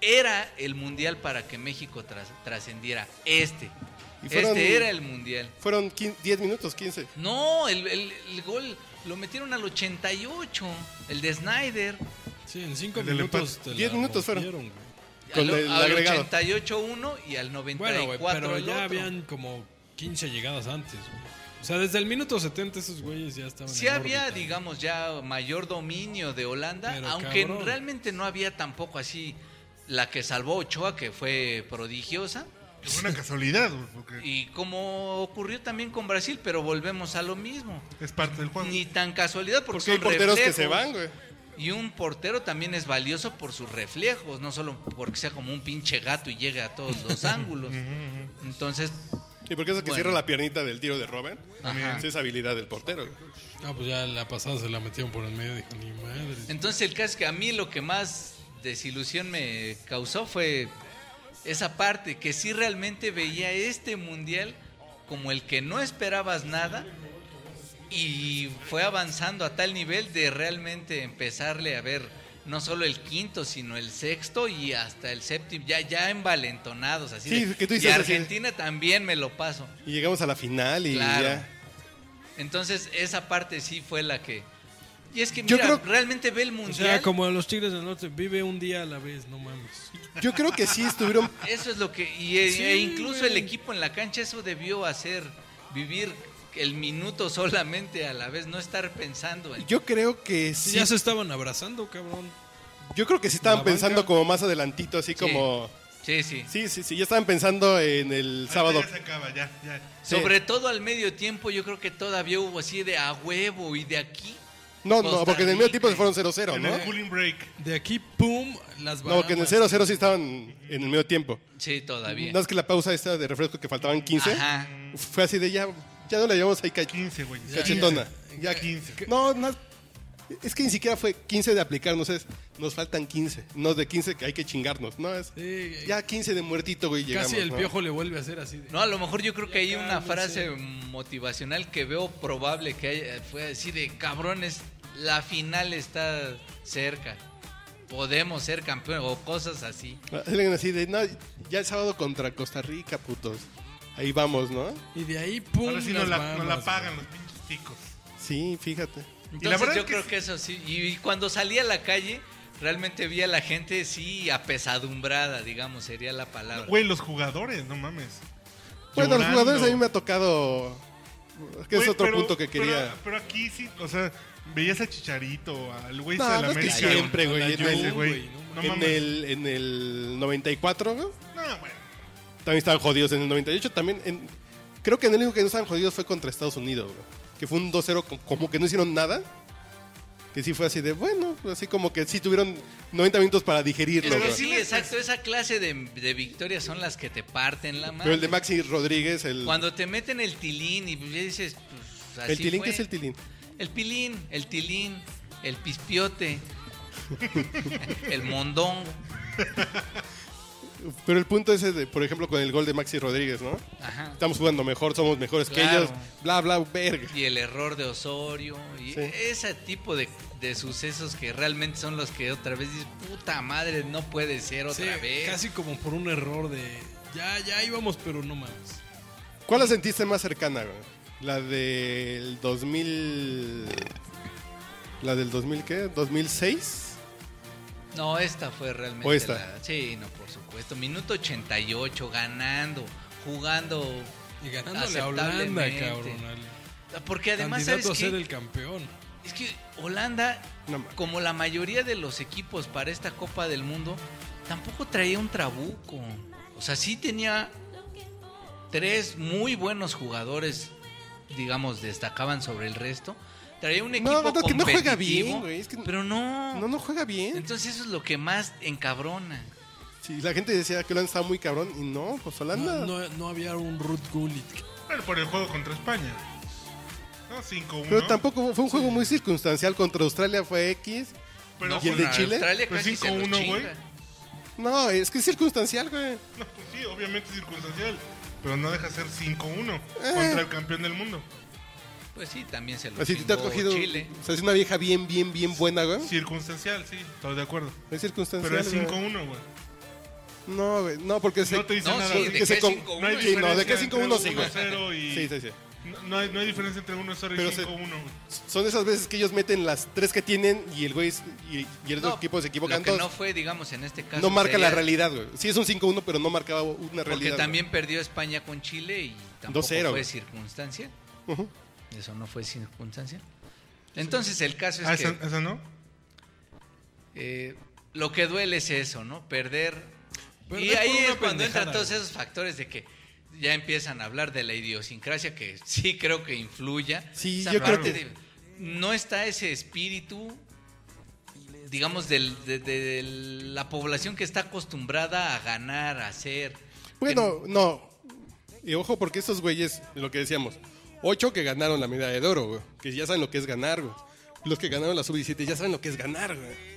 [SPEAKER 2] era el mundial para que México tras- trascendiera. Este.
[SPEAKER 3] Y fueron-
[SPEAKER 2] Este era el mundial.
[SPEAKER 3] Fueron 15 10 minutos, 15.
[SPEAKER 2] No, el, el- el gol lo metieron al 88. El de Snyder.
[SPEAKER 4] Sí, en 5
[SPEAKER 1] El del
[SPEAKER 4] minutos. te
[SPEAKER 3] Diez
[SPEAKER 4] la
[SPEAKER 3] minutos fueron.
[SPEAKER 4] rompieron, güey.
[SPEAKER 3] Con
[SPEAKER 2] al,
[SPEAKER 3] el
[SPEAKER 2] al
[SPEAKER 3] agregado.
[SPEAKER 2] 88-1 y al 94
[SPEAKER 4] Bueno, güey, pero
[SPEAKER 2] el
[SPEAKER 4] ya
[SPEAKER 2] otro.
[SPEAKER 4] habían como 15 llegadas antes, güey. O sea, desde el minuto 70 esos güeyes ya estaban.
[SPEAKER 2] Sí
[SPEAKER 4] en
[SPEAKER 2] había,
[SPEAKER 4] órbita.
[SPEAKER 2] digamos, ya mayor dominio de Holanda,
[SPEAKER 4] Pero
[SPEAKER 2] aunque
[SPEAKER 4] cabrón.
[SPEAKER 2] realmente no había tampoco así la que salvó Ochoa, que fue prodigiosa,
[SPEAKER 1] Que fue una casualidad, güey, porque
[SPEAKER 2] y como ocurrió también con Brasil, pero volvemos a lo mismo.
[SPEAKER 1] es parte del juego.
[SPEAKER 2] Ni tan casualidad porque,
[SPEAKER 3] Porque hay
[SPEAKER 2] son
[SPEAKER 3] porteros que
[SPEAKER 2] reflejos,
[SPEAKER 3] se van, güey.
[SPEAKER 2] Y un portero también es valioso por sus reflejos, no solo porque sea como un pinche gato y llegue a todos los ángulos. Entonces,
[SPEAKER 3] Y porque eso que
[SPEAKER 2] Bueno.
[SPEAKER 3] cierra la piernita del tiro de Robert,
[SPEAKER 2] Ajá.
[SPEAKER 3] sí es habilidad del portero. güey.
[SPEAKER 4] No, pues ya la pasada se la metieron por el medio. Dijo, ni madre.
[SPEAKER 2] Entonces el caso es que a mí lo que más desilusión me causó fue esa parte, que sí realmente veía este mundial como el que no esperabas nada y fue avanzando a tal nivel de realmente empezarle a ver no solo el quinto, sino el sexto y hasta el séptimo, ya, ya envalentonados. Así
[SPEAKER 3] Sí,
[SPEAKER 2] de,
[SPEAKER 3] que tú
[SPEAKER 2] y
[SPEAKER 3] dices así de-
[SPEAKER 2] Argentina también me lo paso.
[SPEAKER 3] Y llegamos a la final y
[SPEAKER 2] Claro.
[SPEAKER 3] ya.
[SPEAKER 2] Entonces esa parte sí fue la que... Y es que
[SPEAKER 3] Yo
[SPEAKER 2] mira,
[SPEAKER 3] creo-
[SPEAKER 2] realmente ve el
[SPEAKER 4] O
[SPEAKER 2] mundial.
[SPEAKER 4] sea, como los Tigres del Norte, vive un día a la vez, no mames.
[SPEAKER 3] Yo creo que sí estuvieron.
[SPEAKER 2] Eso es lo que. Y, e-
[SPEAKER 4] Sí,
[SPEAKER 2] e incluso el
[SPEAKER 4] güey.
[SPEAKER 2] equipo en la cancha, eso debió hacer. Vivir el minuto solamente a la vez, no estar pensando en.
[SPEAKER 3] Yo creo que sí.
[SPEAKER 4] Ya se estaban abrazando, cabrón.
[SPEAKER 3] Yo creo que sí estaban
[SPEAKER 4] La banca.
[SPEAKER 3] pensando como más adelantito, así como.
[SPEAKER 2] Sí, sí.
[SPEAKER 3] Sí, sí, sí. Ya estaban pensando en el sábado.
[SPEAKER 1] Ya se acaba, ya, ya.
[SPEAKER 3] sí.
[SPEAKER 2] Sobre todo al medio tiempo, yo creo que todavía hubo así de a huevo y de aquí.
[SPEAKER 3] No,
[SPEAKER 2] Costa
[SPEAKER 3] no, porque en el medio
[SPEAKER 2] Rica.
[SPEAKER 3] tiempo se fueron
[SPEAKER 1] En
[SPEAKER 3] 0-0,
[SPEAKER 1] el
[SPEAKER 3] ¿no?
[SPEAKER 1] cooling break.
[SPEAKER 4] De aquí, pum, las
[SPEAKER 3] No, porque en el
[SPEAKER 4] Bahamas.
[SPEAKER 3] 0-0 sí estaban en el medio tiempo.
[SPEAKER 2] Sí, todavía.
[SPEAKER 3] No es que la pausa esta de refresco que faltaban 15.
[SPEAKER 2] Ajá.
[SPEAKER 3] Fue así de ya, ya no la llevamos ahí ca-
[SPEAKER 1] 15, güey.
[SPEAKER 3] cachetona.
[SPEAKER 1] Ya 15.
[SPEAKER 3] No, no, es que ni siquiera fue 15 de aplicar, no sé, es, nos faltan 15. No, de 15 que hay que chingarnos, no es.
[SPEAKER 4] Sí,
[SPEAKER 3] Ya 15 de muertito, güey, llegamos.
[SPEAKER 4] Casi el
[SPEAKER 3] ¿no?
[SPEAKER 4] piojo le vuelve a hacer así. de-
[SPEAKER 2] No, a lo mejor yo creo que hay una
[SPEAKER 4] cálmense.
[SPEAKER 2] frase motivacional que veo probable que haya, fue así de cabrones, la final está cerca. Podemos ser campeones o cosas así.
[SPEAKER 3] Ah, Alguien así de, no, ya el sábado contra Costa Rica, putos. Ahí vamos, ¿no?
[SPEAKER 4] Y de ahí, pum.
[SPEAKER 1] Ahora sí
[SPEAKER 4] las
[SPEAKER 1] nos la, nos la
[SPEAKER 4] Bahamas,
[SPEAKER 1] pagan
[SPEAKER 4] güey.
[SPEAKER 1] los pinches ticos.
[SPEAKER 3] Sí, fíjate.
[SPEAKER 1] Y la
[SPEAKER 2] Entonces,
[SPEAKER 1] verdad
[SPEAKER 2] yo
[SPEAKER 1] es que
[SPEAKER 2] creo
[SPEAKER 1] sí.
[SPEAKER 2] que eso sí. Y, y cuando salí a la calle, realmente vi a la gente, sí, apesadumbrada, digamos, sería la palabra.
[SPEAKER 1] Güey, los jugadores, no mames.
[SPEAKER 3] Bueno, los
[SPEAKER 1] Llorando.
[SPEAKER 3] jugadores a mí me ha tocado. Es que es
[SPEAKER 1] Güey,
[SPEAKER 3] otro
[SPEAKER 1] pero-
[SPEAKER 3] punto que quería.
[SPEAKER 1] Pero, pero aquí sí, o sea, veías a Chicharito, al güey
[SPEAKER 3] No,
[SPEAKER 1] de la
[SPEAKER 3] no es que
[SPEAKER 1] América.
[SPEAKER 3] siempre,
[SPEAKER 1] güey.
[SPEAKER 3] güey,
[SPEAKER 1] Ese
[SPEAKER 4] no,
[SPEAKER 1] güey.
[SPEAKER 4] güey, no
[SPEAKER 1] No
[SPEAKER 3] en,
[SPEAKER 1] mames.
[SPEAKER 3] el, en el 94, ¿no?
[SPEAKER 1] No, bueno.
[SPEAKER 3] también estaban jodidos en el 98. También en- creo que en el único que no estaban jodidos fue contra Estados Unidos, güey, que fue un 2-0 co- como que no hicieron nada. Que sí fue así de, bueno, así como que sí tuvieron 90 minutos para digerirlo.
[SPEAKER 2] Pero
[SPEAKER 3] güey.
[SPEAKER 2] sí, exacto, esa clase de, de victorias son las que te parten la mano.
[SPEAKER 3] Pero el de Maxi Rodríguez, el,
[SPEAKER 2] Cuando te meten el tilín y pues, ya dices, pues, así
[SPEAKER 3] el tilín,
[SPEAKER 2] fue.
[SPEAKER 3] ¿qué es el tilín?
[SPEAKER 2] El pilín, el tilín, el pispiote, el mondón.
[SPEAKER 3] Pero el punto es, de, por ejemplo, con el gol de Maxi Rodríguez, ¿no?
[SPEAKER 2] Ajá.
[SPEAKER 3] Estamos jugando mejor, somos mejores que
[SPEAKER 2] Claro.
[SPEAKER 3] ellos, bla, bla, verga.
[SPEAKER 2] Y el error de Osorio. Y
[SPEAKER 3] Sí.
[SPEAKER 2] ese tipo de, de sucesos que realmente son los que otra vez dices, puta madre, no puede ser
[SPEAKER 4] Sí,
[SPEAKER 2] otra vez.
[SPEAKER 4] casi como por un error de. Ya, ya íbamos, pero no mames.
[SPEAKER 3] ¿Cuál la sentiste más cercana, güey? La del 2000... ¿La del 2000 qué? ¿2006?
[SPEAKER 2] No, esta fue realmente
[SPEAKER 3] ¿O esta?
[SPEAKER 2] la- Sí, no, por supuesto. Minuto 88, ganando, jugando.
[SPEAKER 4] Y ganándole a Holanda,
[SPEAKER 2] Aceptablemente.
[SPEAKER 4] cabrón. al
[SPEAKER 2] Porque además, ¿sabes
[SPEAKER 4] candidato a
[SPEAKER 2] qué?
[SPEAKER 4] ser el campeón.
[SPEAKER 2] Es que Holanda,
[SPEAKER 3] No mames.
[SPEAKER 2] como la mayoría de los equipos para esta Copa del Mundo, tampoco traía un trabuco. O sea, sí tenía tres muy buenos jugadores, digamos, destacaban sobre el resto. Traía un equipo
[SPEAKER 3] no, no, que no juega
[SPEAKER 2] competitivo,
[SPEAKER 3] bien, güey, es que-
[SPEAKER 2] pero
[SPEAKER 1] Ah.
[SPEAKER 2] no.
[SPEAKER 3] No, no juega bien.
[SPEAKER 2] Entonces eso es lo que más encabrona.
[SPEAKER 3] Sí, la gente decía que Holanda estaba muy cabrón y no, pues Holanda...
[SPEAKER 4] No, no- no había un Ruth Gullit.
[SPEAKER 1] Bueno, por el juego contra España. No, 5-1.
[SPEAKER 3] Pero tampoco fue un juego muy circunstancial. Contra Australia fue X.
[SPEAKER 1] Pero
[SPEAKER 3] ¿Y el de
[SPEAKER 1] con-
[SPEAKER 3] Chile?
[SPEAKER 2] Australia
[SPEAKER 1] Pues
[SPEAKER 2] casi se los
[SPEAKER 1] 5-1, güey.
[SPEAKER 2] chinga.
[SPEAKER 3] No, es que es circunstancial, güey.
[SPEAKER 1] No, pues sí, obviamente es circunstancial. Pero no deja ser 5-1
[SPEAKER 3] Eh.
[SPEAKER 1] contra el campeón del mundo.
[SPEAKER 2] Pues sí, también se los
[SPEAKER 3] Así te ha
[SPEAKER 2] chingó
[SPEAKER 3] cogido...
[SPEAKER 2] Chile.
[SPEAKER 3] O sea, es una vieja bien, bien, bien buena, güey.
[SPEAKER 1] Circunstancial, sí, estoy de acuerdo.
[SPEAKER 3] Es circunstancial,
[SPEAKER 1] Pero es
[SPEAKER 3] güey.
[SPEAKER 1] 5-1, güey.
[SPEAKER 3] No, güey, no, porque se...
[SPEAKER 1] No te dice
[SPEAKER 2] No,
[SPEAKER 1] nada.
[SPEAKER 2] sí,
[SPEAKER 1] güey.
[SPEAKER 2] de
[SPEAKER 3] que se
[SPEAKER 2] qué
[SPEAKER 3] con-
[SPEAKER 2] 5-1.
[SPEAKER 1] No hay
[SPEAKER 2] Sí,
[SPEAKER 3] Sí, no, de que
[SPEAKER 1] diferencia
[SPEAKER 3] 5-1 sí,
[SPEAKER 1] entre
[SPEAKER 3] güey.
[SPEAKER 1] 1-0 y...
[SPEAKER 3] Sí, sí, sí.
[SPEAKER 1] No, no hay, no hay diferencia entre 1-0
[SPEAKER 3] Pero
[SPEAKER 1] y
[SPEAKER 3] se-
[SPEAKER 1] 5-1. güey.
[SPEAKER 3] Son esas veces que ellos meten las tres que tienen y el güey es- y, y el otro
[SPEAKER 2] No,
[SPEAKER 3] equipo se equivoca.
[SPEAKER 2] Lo que no
[SPEAKER 3] Entonces,
[SPEAKER 2] fue, digamos, en este
[SPEAKER 3] no,
[SPEAKER 2] caso.
[SPEAKER 3] marca
[SPEAKER 2] sería-
[SPEAKER 3] la realidad, güey. Sí es un 5-1, pero no marcaba una
[SPEAKER 2] Porque
[SPEAKER 3] realidad. güey.
[SPEAKER 2] también perdió España con Chile y tampoco
[SPEAKER 3] 2-0,
[SPEAKER 2] fue
[SPEAKER 3] güey.
[SPEAKER 2] circunstancia.
[SPEAKER 3] Ujú.
[SPEAKER 2] Eso no fue circunstancia. Entonces el caso es
[SPEAKER 1] Ah,
[SPEAKER 2] que
[SPEAKER 1] ¿esa, esa no?
[SPEAKER 2] eh, lo que duele es eso, ¿no? Perder.
[SPEAKER 4] Perder
[SPEAKER 2] y
[SPEAKER 4] por
[SPEAKER 2] ahí
[SPEAKER 4] una
[SPEAKER 2] es cuando entran
[SPEAKER 4] pendejada,
[SPEAKER 2] todos
[SPEAKER 4] güey.
[SPEAKER 2] esos factores de que ya empiezan a hablar de la idiosincrasia que sí creo que influya.
[SPEAKER 3] Sí,
[SPEAKER 2] Esa
[SPEAKER 3] yo creo
[SPEAKER 2] parte
[SPEAKER 3] que-
[SPEAKER 2] de- no está ese espíritu, digamos, del- de, de- de la población que está acostumbrada a ganar, a hacer.
[SPEAKER 3] Bueno, no. Y ojo, porque estos güeyes, lo que decíamos, ocho que ganaron la medalla de oro, güey. Que ya saben lo que es ganar, güey. Los que ganaron la sub-17 ya saben lo que es ganar, güey.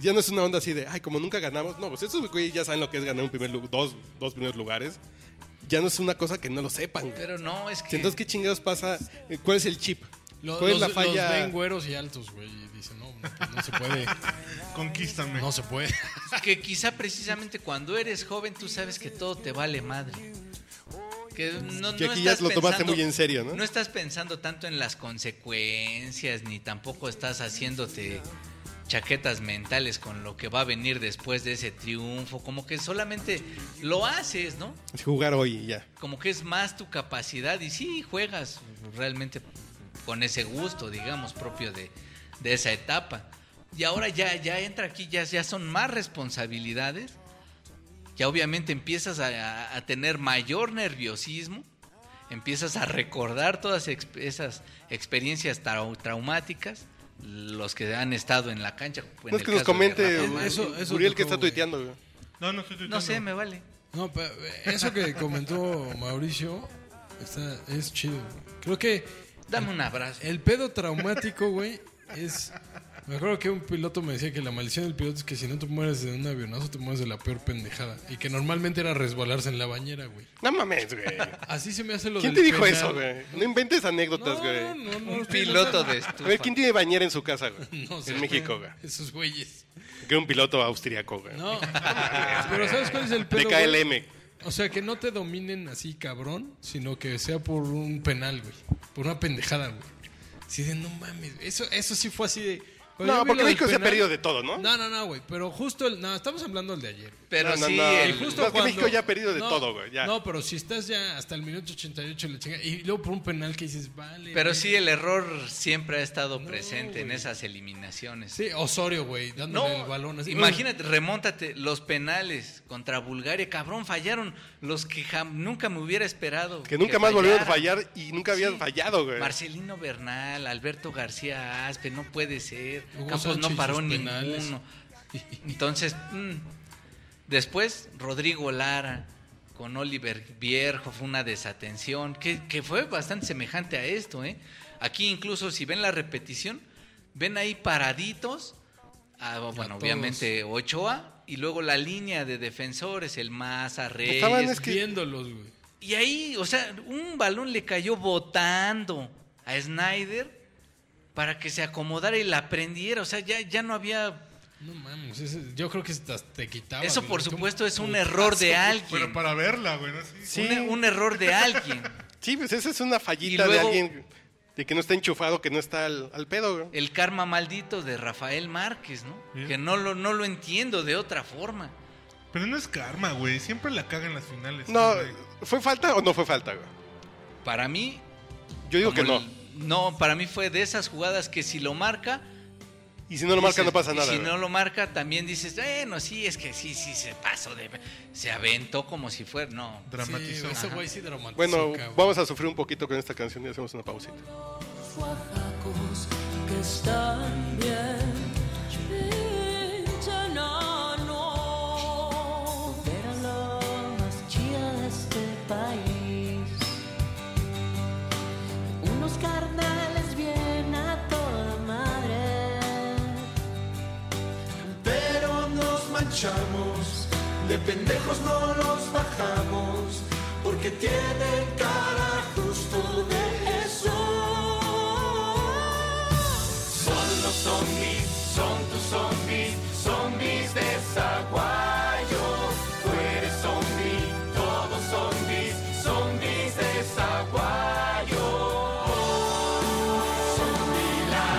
[SPEAKER 3] Ya no es una onda así de, ay, como nunca ganamos. No, pues estos güeyes ya saben lo que es ganar un primer lu- dos, dos primeros lugares. Ya no es una cosa que no lo sepan, güey.
[SPEAKER 2] Pero no, es que...
[SPEAKER 3] Entonces, ¿qué chingados pasa? Eh, ¿Cuál es el chip?
[SPEAKER 4] Lo-
[SPEAKER 3] ¿Cuál
[SPEAKER 4] los,
[SPEAKER 3] es la
[SPEAKER 4] los
[SPEAKER 3] falla?
[SPEAKER 4] ven güeros y altos, güey. Y dicen, no, no, pues, no se puede.
[SPEAKER 1] Conquístame.
[SPEAKER 4] No se puede.
[SPEAKER 2] Que quizá precisamente cuando eres joven tú sabes que todo te vale madre. Que no,
[SPEAKER 3] Que
[SPEAKER 2] no
[SPEAKER 3] aquí ya
[SPEAKER 2] estás
[SPEAKER 3] lo tomaste
[SPEAKER 2] pensando-
[SPEAKER 3] muy en serio, ¿no?
[SPEAKER 2] No estás pensando tanto en las consecuencias, ni tampoco estás haciéndote chaquetas mentales con lo que va a venir después de ese triunfo. Como que solamente lo haces, ¿no?
[SPEAKER 3] Jugar hoy y ya.
[SPEAKER 2] Como que es más tu capacidad y sí juegas realmente con ese gusto, digamos, propio de, de esa etapa. Y ahora ya, ya entra aquí, ya, ya son más responsabilidades. Ya obviamente empiezas a, a- a tener mayor nerviosismo. Empiezas a recordar todas ex- esas experiencias trau- traumáticas. Los que han estado en la cancha. en el
[SPEAKER 3] no es que
[SPEAKER 2] caso
[SPEAKER 3] nos
[SPEAKER 2] de
[SPEAKER 3] comente
[SPEAKER 2] Rafa
[SPEAKER 3] Uriel
[SPEAKER 2] Márquez.
[SPEAKER 4] Eh, Eso- eso
[SPEAKER 3] que
[SPEAKER 4] tocó,
[SPEAKER 3] está
[SPEAKER 4] güey.
[SPEAKER 3] tuiteando, güey.
[SPEAKER 1] No, no estoy tuiteando.
[SPEAKER 2] No sé, me vale.
[SPEAKER 4] No, pero eso que comentó Mauricio está, es chido. güey. Creo que
[SPEAKER 2] Dame un abrazo.
[SPEAKER 4] el pedo traumático, güey, es... Me acuerdo que un piloto me decía que la maldición del piloto es que si no te mueres de un avionazo, te mueres de la peor pendejada. Y que normalmente era resbalarse en la bañera, güey.
[SPEAKER 3] No mames, güey.
[SPEAKER 4] Así se me hace lo
[SPEAKER 3] ¿Quién te
[SPEAKER 4] del
[SPEAKER 3] dijo
[SPEAKER 4] penal.
[SPEAKER 3] eso, güey? No inventes anécdotas,
[SPEAKER 4] No,
[SPEAKER 3] güey.
[SPEAKER 4] no, no, no,
[SPEAKER 2] Un
[SPEAKER 4] estoy
[SPEAKER 2] piloto de
[SPEAKER 3] A ver,
[SPEAKER 2] estufa.
[SPEAKER 3] ¿quién tiene bañera en su casa, güey?
[SPEAKER 4] No sé,
[SPEAKER 3] en México, güey.
[SPEAKER 4] Esos güeyes.
[SPEAKER 3] Que un piloto austriaco, güey.
[SPEAKER 4] No. Pero ¿sabes cuál es el pedo?
[SPEAKER 3] De
[SPEAKER 4] güey?
[SPEAKER 3] KLM.
[SPEAKER 4] O sea, que no te dominen así cabrón, sino que sea por un penal, güey. Por una pendejada, güey. Así de, no mames. Eso, eso sí fue así de, Pero yo
[SPEAKER 3] No,
[SPEAKER 4] vi
[SPEAKER 3] porque
[SPEAKER 4] lo del
[SPEAKER 3] México se ha
[SPEAKER 4] penal.
[SPEAKER 3] perdido de todo, ¿no?
[SPEAKER 4] No, no, no, güey. Pero justo el. No, estamos hablando del de ayer. güey.
[SPEAKER 2] Pero
[SPEAKER 3] No, no,
[SPEAKER 2] sí,
[SPEAKER 3] no.
[SPEAKER 2] el-
[SPEAKER 4] Y justo
[SPEAKER 3] No, es que
[SPEAKER 4] cuando-
[SPEAKER 3] México ya ha perdido de
[SPEAKER 4] no,
[SPEAKER 3] todo, güey, ya.
[SPEAKER 4] No, pero si estás ya hasta el minuto 88 y la chinga, y luego por un penal que dices, vale.
[SPEAKER 2] pero
[SPEAKER 4] güey.
[SPEAKER 2] sí, el error siempre ha estado
[SPEAKER 4] No,
[SPEAKER 2] presente en
[SPEAKER 4] güey.
[SPEAKER 2] esas eliminaciones.
[SPEAKER 4] Sí, Osorio, güey,
[SPEAKER 2] No,
[SPEAKER 4] dándole el balón así.
[SPEAKER 2] imagínate, remóntate los penales contra Bulgaria, cabrón, fallaron los que jam- nunca me hubiera esperado.
[SPEAKER 3] Que nunca más volvieron a
[SPEAKER 2] fallaran.
[SPEAKER 3] fallar y nunca habían
[SPEAKER 2] Sí.
[SPEAKER 3] fallado, güey.
[SPEAKER 2] Marcelino Bernal, Alberto García Aspe, no puede ser.
[SPEAKER 4] Hugo
[SPEAKER 2] Campos
[SPEAKER 4] Sánchez
[SPEAKER 2] no
[SPEAKER 4] y
[SPEAKER 2] paró
[SPEAKER 4] sus penales.
[SPEAKER 2] ninguno. Entonces, mm, después Rodrigo Lara con Oliver Vierjo fue una desatención que, que fue bastante semejante a esto. ¿eh? Aquí incluso si ven la repetición, ven ahí paraditos, a, bueno,
[SPEAKER 4] todos.
[SPEAKER 2] obviamente Ochoa y luego la línea de defensores, el Maza, Reyes,
[SPEAKER 3] Estaban es
[SPEAKER 4] Es
[SPEAKER 3] que-
[SPEAKER 4] viéndolos, güey.
[SPEAKER 2] y ahí, o sea, un balón le cayó botando a Snyder para que se acomodara y la aprendiera. O sea, ya, ya no había.
[SPEAKER 4] No mames, ese- yo creo que hasta te quitaba.
[SPEAKER 2] Eso,
[SPEAKER 4] güey,
[SPEAKER 2] por
[SPEAKER 4] tú-
[SPEAKER 2] supuesto, es un error de alguien.
[SPEAKER 1] Pero para verla, güey, ¿no? Sí.
[SPEAKER 3] Sí.
[SPEAKER 2] Un, un error de alguien.
[SPEAKER 3] Sí, pues esa es una fallita
[SPEAKER 2] Y
[SPEAKER 3] de
[SPEAKER 2] luego-
[SPEAKER 3] alguien de que no está enchufado, que no está al, al pedo, güey.
[SPEAKER 2] El karma maldito de Rafael Márquez, ¿no?
[SPEAKER 1] Bien.
[SPEAKER 2] Que no lo, no lo entiendo de otra forma.
[SPEAKER 1] Pero no es karma, güey. Siempre la caga en las finales.
[SPEAKER 3] No,
[SPEAKER 1] güey.
[SPEAKER 3] ¿fue falta o no fue falta, güey?
[SPEAKER 2] Para mí.
[SPEAKER 3] Yo digo que
[SPEAKER 2] como
[SPEAKER 3] no.
[SPEAKER 2] el- no, para mí fue de esas jugadas que si lo marca,
[SPEAKER 3] Y si no lo marca,
[SPEAKER 2] Dices,
[SPEAKER 3] no pasa
[SPEAKER 2] y
[SPEAKER 3] nada.
[SPEAKER 2] Si
[SPEAKER 3] güey.
[SPEAKER 2] no lo marca, también dices, bueno, sí, es que sí, sí, se pasó de. Se aventó como si fuera. No.
[SPEAKER 1] Dramatizó.
[SPEAKER 4] Sí, ese
[SPEAKER 1] Ajá.
[SPEAKER 4] güey sí dramatizó.
[SPEAKER 3] Bueno,
[SPEAKER 4] cabrón.
[SPEAKER 3] vamos a sufrir un poquito con esta canción y hacemos una pausita.
[SPEAKER 5] los oaxacos que están bien pinche no era lo más chido de este país unos carnales bien a toda madre
[SPEAKER 6] pero nos manchamos. De pendejos no los bajamos, porque tienen cara justo de eso. Son los zombies, son tus zombies, zombies de Zaguayo. Tú eres zombie, todos zombies, zombies de Zaguayo. Zombie la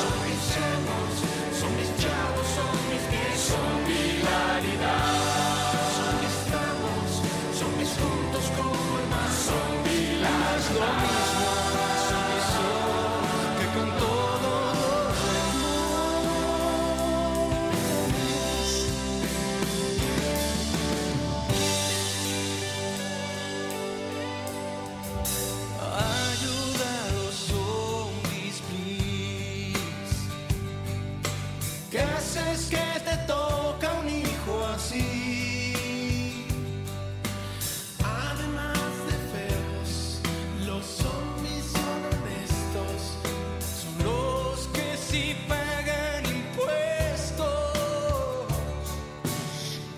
[SPEAKER 6] Zombicemos, son mis chavos, son mis pies, son hilaridad. Son mis tramos, son mis juntos como el mar. Son vilas, lo mismo, son mis ojos que con todo los amores. Ayuda a los zombies, please. ¿Qué haces que te toca un hijo así? Además de feos, los zombies son honestos, son los que sí pagan impuestos.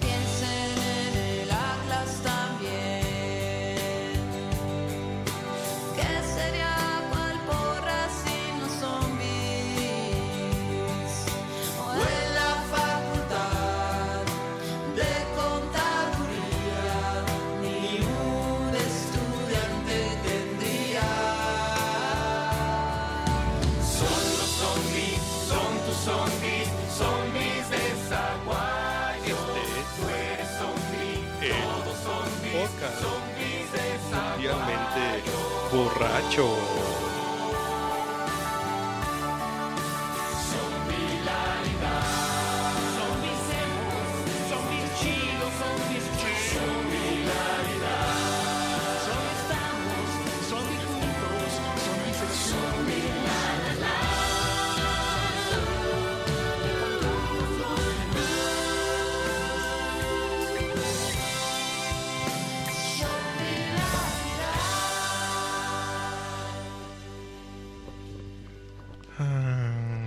[SPEAKER 5] Piensen en el Atlas también. ¿Qué sería cual porra sin los zombies? O en la facultad de contaduría, ni un estudiante tendría.
[SPEAKER 6] Son los zombies, son tus zombies, zombies de Zaguayo. Tú eres zombie, todos zombies,
[SPEAKER 3] podcast.
[SPEAKER 6] zombies de Zaguayo.
[SPEAKER 3] Obviamente, borracho.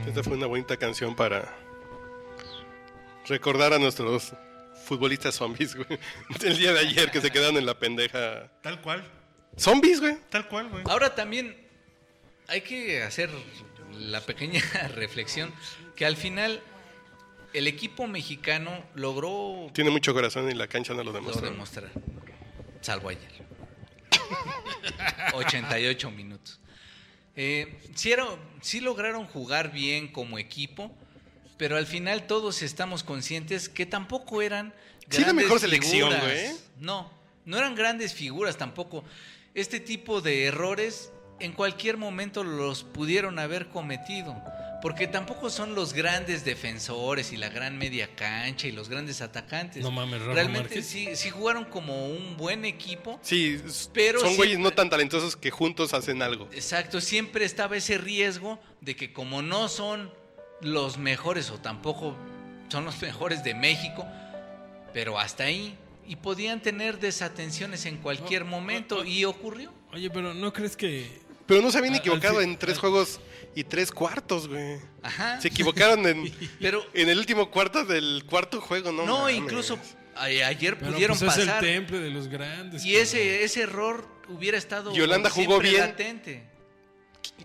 [SPEAKER 3] Esta fue una bonita canción para recordar a nuestros futbolistas zombies, güey. El día de ayer que se quedaron en la pendeja.
[SPEAKER 1] Tal cual.
[SPEAKER 3] ¿Zombies, güey?
[SPEAKER 1] Tal cual, güey.
[SPEAKER 2] Ahora también hay que hacer la pequeña reflexión que al final el equipo mexicano logró
[SPEAKER 3] Tiene mucho corazón y la cancha no lo
[SPEAKER 2] lo
[SPEAKER 3] demuestra.
[SPEAKER 2] demostrar. Salvo ayer. 88 minutos. Eh, sí, era- sí lograron jugar bien como equipo, pero al final todos estamos conscientes que tampoco eran
[SPEAKER 3] Sí, la
[SPEAKER 2] grandes
[SPEAKER 3] mejor selección,
[SPEAKER 2] figuras.
[SPEAKER 3] güey.
[SPEAKER 2] No, no eran grandes figuras tampoco. Este tipo de errores en cualquier momento los pudieron haber cometido. Porque tampoco son los grandes defensores y la gran media cancha y los grandes atacantes.
[SPEAKER 4] No mames, Rafa
[SPEAKER 2] Realmente
[SPEAKER 4] Márquez.
[SPEAKER 2] sí, sí jugaron como un buen equipo.
[SPEAKER 3] Sí,
[SPEAKER 2] Pero
[SPEAKER 3] son
[SPEAKER 2] sí-
[SPEAKER 3] güeyes no tan talentosos que juntos hacen algo.
[SPEAKER 2] Exacto, siempre estaba ese riesgo de que como no son los mejores o tampoco son los mejores de México, pero hasta ahí y podían tener desatenciones en cualquier momento y ocurrió.
[SPEAKER 4] Oye, pero ¿no crees que
[SPEAKER 3] Pero no se habían
[SPEAKER 4] Al- al
[SPEAKER 3] equivocado
[SPEAKER 4] fin-
[SPEAKER 3] en tres
[SPEAKER 4] al-
[SPEAKER 3] juegos y tres cuartos, güey.
[SPEAKER 2] Ajá.
[SPEAKER 3] Se equivocaron en,
[SPEAKER 2] Pero
[SPEAKER 3] en el último cuarto del cuarto juego, ¿no?
[SPEAKER 2] no,
[SPEAKER 3] mames.
[SPEAKER 2] incluso a- ayer
[SPEAKER 4] pero,
[SPEAKER 2] pudieron
[SPEAKER 4] pues, es el
[SPEAKER 2] pasar
[SPEAKER 4] temple de los grandes?
[SPEAKER 2] y ese ese error hubiera estado
[SPEAKER 3] Y Holanda jugó
[SPEAKER 2] siempre
[SPEAKER 3] bien.
[SPEAKER 2] latente.